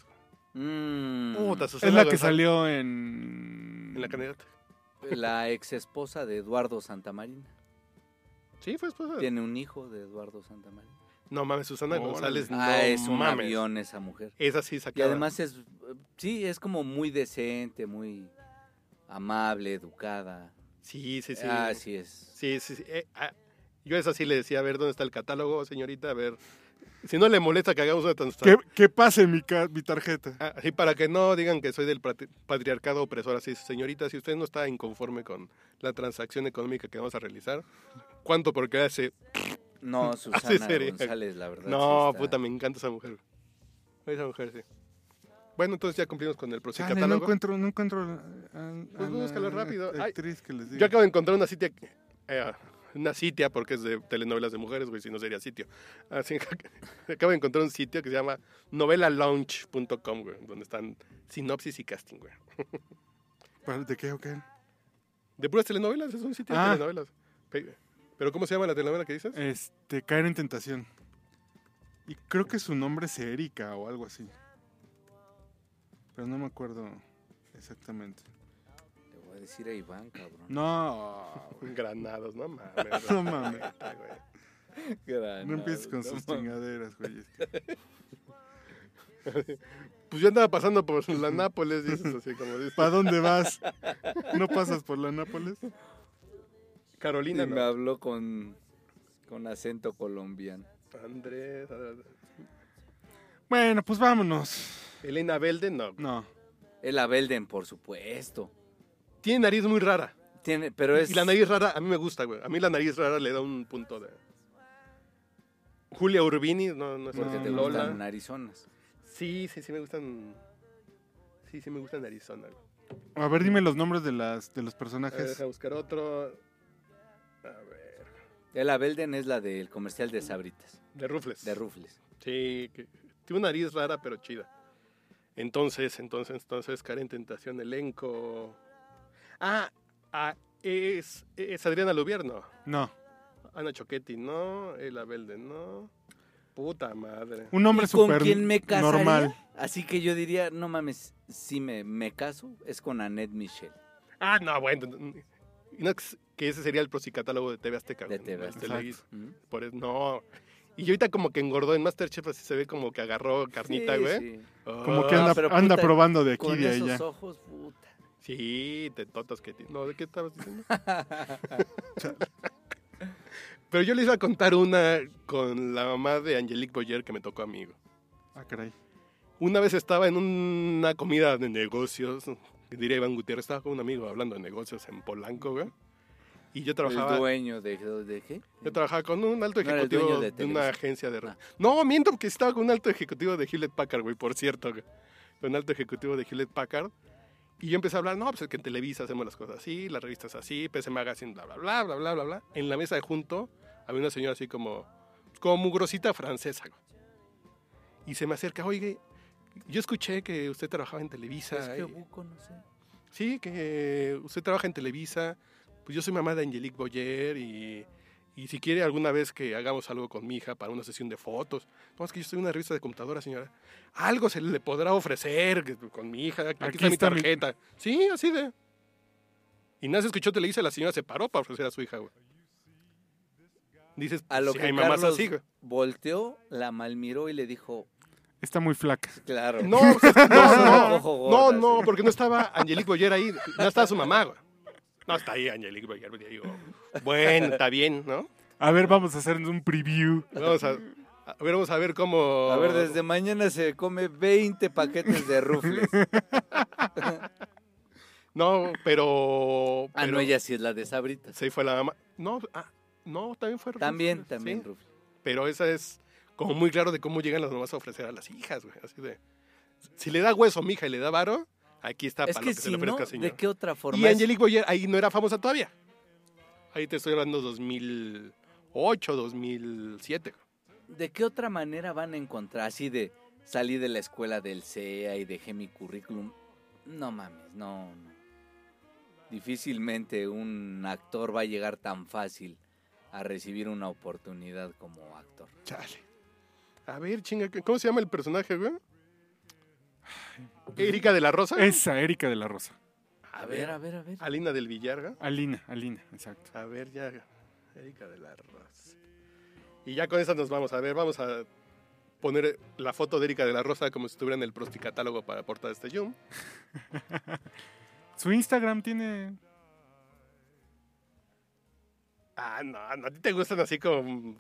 güey.
Mm,
Puta, Susana
Es la que
González.
salió en...
En la candidata.
la ex esposa de Eduardo Santamarina.
Sí, fue esposa. de-
Tiene un hijo de Eduardo Santamarina.
No mames, Susana
Órale.
González, no
ah, es un
mames.
avión esa mujer.
Esa sí
Y
sacada.
además es, eh, sí, es como muy decente, muy amable, educada.
Sí, sí, sí.
Ah, sí es.
Sí, sí, sí. Eh, ah, yo esa sí le decía, a ver, ¿dónde está el catálogo, señorita? A ver, si no le molesta que hagamos una
¿Qué,
transacción.
qué pase mi, ca- mi tarjeta?
Ah, sí, para que no digan que soy del patri- patriarcado opresor. Así, señorita, si usted no está inconforme con la transacción económica que vamos a realizar, ¿cuánto porque hace? [laughs]
No, Susana
sería.
González, la verdad.
No,
sí está-
puta, me encanta esa mujer. Esa mujer, sí. Bueno, entonces ya cumplimos con el proceso
Chale, no
catálogo.
encuentro, no encuentro a, a- a
Pues búscalo rápido. Ay,
actriz que les digo.
Yo acabo de encontrar una sitia. eh, una sitia, porque es de telenovelas de mujeres, güey, si no sería sitio. Así que [laughs] acabo de encontrar un sitio que se llama novelalaunch.com, güey, donde están sinopsis y casting, güey.
¿Para- ¿De qué o qué?
De puras telenovelas, es un sitio
Ah.
de telenovelas. Pe- Pero ¿cómo se llama la telenovela que dices?
Este, caer en tentación. Y creo que su nombre es Erika o algo así. Pero no me acuerdo exactamente.
Te voy a decir a Iván, cabrón.
No. güey.
Granados,
[laughs]
no mames.
No mames.
neta, güey. Ah,
No empieces con sus chingaderas, güey.
Pues yo andaba pasando por la Nápoles, dices así como dices.
¿Para dónde vas? ¿No pasas por la Nápoles?
Y
Carolina,
me
¿no?
habló con, con acento colombiano.
Andrés.
Bueno, pues vámonos.
Elena Belden, no.
No.
El Abelden, por supuesto.
Tiene nariz muy rara.
Tiene, pero es.
Y la nariz rara, a mí me gusta, güey. A mí la nariz rara le da un punto de. Julia Urbini, no, no es
Porque
así.
te
Lola.
gustan narizonas.
Sí, sí, sí me gustan. Sí, sí me gustan Arizona, güey.
A ver, dime los nombres de, las, de los
A ver,
personajes.
deja buscar otro. A ver.
El Abelden es la del comercial de Sabritas,
De Rufles.
de Rufles.
Sí, que- tiene una nariz rara, pero chida. Entonces, entonces, entonces, Karen Tentación, elenco. Ah, ah, es, es Adriana Lubier, no.
No.
Ana Choquetti, no. El Abelde, no. Puta madre.
Un hombre
¿Y con
súper
quién me casaría?
normal.
Así que yo diría, no mames, si me, me caso, es con Annette Michel.
Ah, no, bueno. y no, pues, que ese sería el prosicatálogo de TV Azteca.
De
güey,
TV
el
Azteca.
Telehit.
¿Mm?
Por eso, no. Y ahorita como que engordó en Masterchef, así se ve como que agarró carnita,
Sí,
güey.
sí.
Como que
Ah,
anda,
pero
anda
puta,
probando de aquí
Con
y de
esos
allá.
ojos, puta.
Sí, te totas que ti- No, ¿de qué estabas
[laughs]
diciendo? Pero yo les iba a contar una con la mamá de Angelique Boyer que me tocó amigo.
Ah, caray.
Una vez estaba en una comida de negocios, diría Iván Gutiérrez, estaba con un amigo hablando de negocios en Polanco, güey. Y yo
El
trabajaba,
dueño de, de qué?
yo trabajaba con un alto
No era el
ejecutivo
dueño
de,
de
una
Televisa.
agencia de...
Ah.
No, miento, porque estaba con un alto ejecutivo de Hewlett Packard, güey, por cierto. güey. Un alto ejecutivo de Hewlett Packard. Y yo empecé a hablar, no, pues es que en Televisa hacemos las cosas así, las revistas así, PC Magazine, bla, bla, bla, bla, bla, bla, bla. En la mesa de junto había una señora así como, como mugrosita francesa. güey. Y se me acerca, oye, yo escuché que usted trabajaba en Televisa.
Es que
y-
buco, no sé.
sí, que usted trabaja en Televisa, pues yo soy mamá de Angelique Boyer y, y si quiere alguna vez que hagamos algo con mi hija para una sesión de fotos, no, es que yo estoy en una revista de computadora, señora, algo se le podrá ofrecer que- con mi hija, aquí,
Aquí
está, mi
está mi-
tarjeta. Sí, así de... Y nada, se escuchó Televisa, la señora se paró para ofrecer a su hija, güey. Dices,
A lo
sí,
que
hay mamás
Carlos
así, güey.
volteó, la malmiró y le dijo,
Está muy flaca.
claro.
No, o
[laughs]
sea, no, no, no,
Ojo gorda,
no,
sí.
porque no estaba Angelique Boyer ahí, no estaba su mamá, güey. No, está ahí Angelique Boyer, güey, digo, bueno, está bien, ¿no?
A ver, vamos a hacer un preview.
Vamos a, a ver, vamos a ver cómo...
A ver, desde mañana se come 20 paquetes
[laughs]
de rufles.
No, pero...
Ah,
pero
no, ella sí es la de Sabritas.
Sí, fue la mamá. No, ah, no, también fue... Ruth,
También,
sí,
también rufles.
Pero esa es como muy claro de cómo llegan las mamás a ofrecer a las hijas, güey, así de... Si le da hueso, mija, y le da varo, aquí está
Es
para
que
lo que se
si
le
no,
ofrezca, señor.
¿de qué otra forma?
Y
es?
Angelique Boyer ahí no era famosa todavía. Ahí te estoy hablando 2008, 2007.
¿De qué otra manera van a encontrar? Así de salí de la escuela del CEA y dejé mi currículum. No mames, no, no. Difícilmente un actor va a llegar tan fácil a recibir una oportunidad como actor.
Chale. A ver, chinga, ¿cómo se llama el personaje, güey? Erika de la Rosa.
Esa, Erika de la Rosa.
Pues, A ver, a ver, a ver.
Alina del Villar, güey.
Alina, Alina, exacto.
A ver, ya. Erika de la Rosa. Y ya con esa nos vamos. A ver, vamos a poner la foto de Erika de la Rosa como si estuviera en el prosticatálogo para portar este Yum.
Su Instagram
[laughs]
tiene.
Ah, no, no, a ti te gustan así como.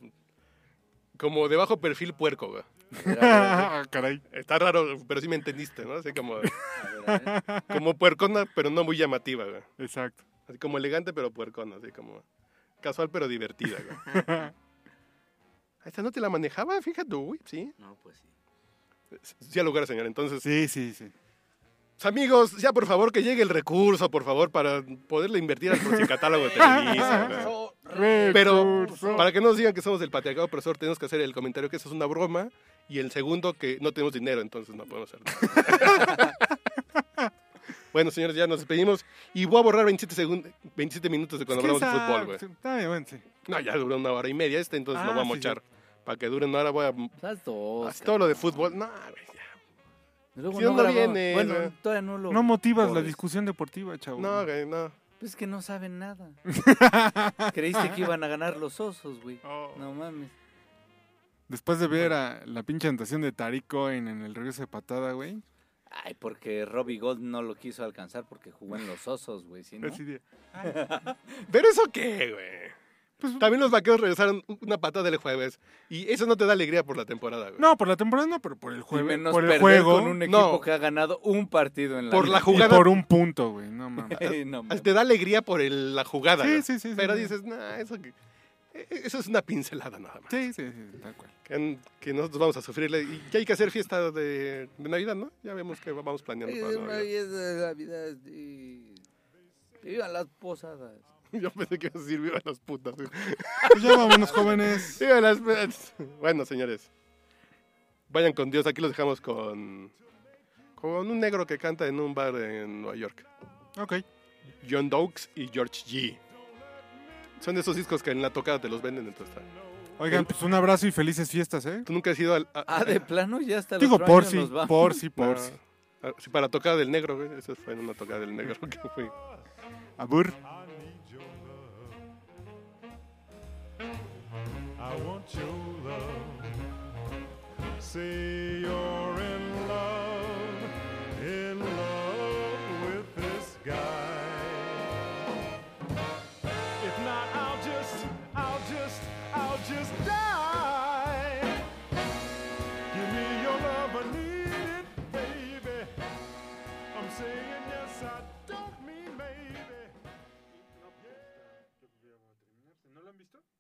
Como de bajo perfil puerco, güey.
A ver, a ver, a
Ah, caray.
Está raro, pero sí me entendiste, ¿no? Así como,
ver, [laughs] a ver, a ver.
como puercona, pero no muy llamativa, güey.
Exacto.
Así como elegante, pero puercona, así como casual, pero divertida, güey.
[laughs]
Ah, Esta no te la manejaba, fíjate, uy, sí.
No, pues sí.
Sí al lugar, señor. Entonces,
Sí, sí, sí.
amigos, ya por favor que llegue el recurso, por favor, para poderle invertir
[laughs]
al catálogo de Televisa, güey. Pero
Recurso.
para que no nos digan que somos del patriarcado profesor, tenemos que hacer el comentario que eso es una broma. Y el segundo, que no tenemos dinero, entonces no podemos hacer nada.
[laughs]
bueno, señores, ya nos despedimos. Y voy a borrar 27, segun- 27 minutos de cuando
Es que
hablamos de
esa-
fútbol, güey.
Está bien, bueno, sí.
No, ya duró una hora y media este, entonces
Ah,
lo voy a
sí,
mochar. Para que dure una hora, voy a.
Las Pues dos.
Haz todo lo de fútbol. No, güey, ya.
Luego
si no
grabamos.
viene,
Bueno,
no.
todavía no lo.
No motivas la
Pobres.
discusión deportiva, chavo.
No, güey, no.
Pues es que no saben nada.
Ah,
Creíste que iban a ganar los osos, güey. No mames.
Después de ver a la pinche anotación de Tariq Cohen en el regreso de patada, güey.
Ay, porque Robbie Gold no lo quiso alcanzar porque jugó en los osos, güey. ¿sí, no?
así de,
¿Pero eso qué, güey? También los vaqueros regresaron una patada el jueves. Y eso no te da alegría por la temporada, güey.
No, por la temporada no, pero por el juego.
menos
por el
perder
juego.
con un equipo que ha ganado un partido en la
Por la
vida.
jugada.
por un punto, güey. No
[laughs]
mames.
no
Ah, Te da alegría por el- la jugada.
Sí,
güey.
sí, sí, sí,
Pero
sí.
dices, nah, eso, que- eh, eso es una pincelada nada más.
Sí, sí, sí, tal cual.
Que, que nosotros vamos a sufrir. Y ya hay que hacer fiesta de, de Navidad, ¿no? Ya vemos que vamos planeando para
Una
Navidad.
vida de la vida y... que vivan las posadas.
[laughs] Yo pensé que ibas a decir viva las putas. güey.
Pues ya vámonos, jóvenes.
Viva las putas. Bueno, señores. Vayan con Dios. Aquí los dejamos con, con un negro que canta en un bar en Nueva York.
Ok.
John Doakes y George G. Son de esos discos que en la tocada te los venden. Entonces, está.
Oigan, pues un abrazo y felices fiestas, ¿eh?
tú nunca has ido al... a-
Ah, de plano ya hasta el
Digo,
otro
por
año
si,
nos vamos.
por si, por
Bueno,
si.
ah, sí, para tocada del negro, güey. Esa fue una tocada del negro [laughs] que fue.
Abur.
I want your love. Say you're in love, in love with this guy. If not, I'll just, I'll just, I'll just die. Give me your love, I need it, baby. I'm saying yes, I don't mean maybe.
uh, ¿No lo han visto?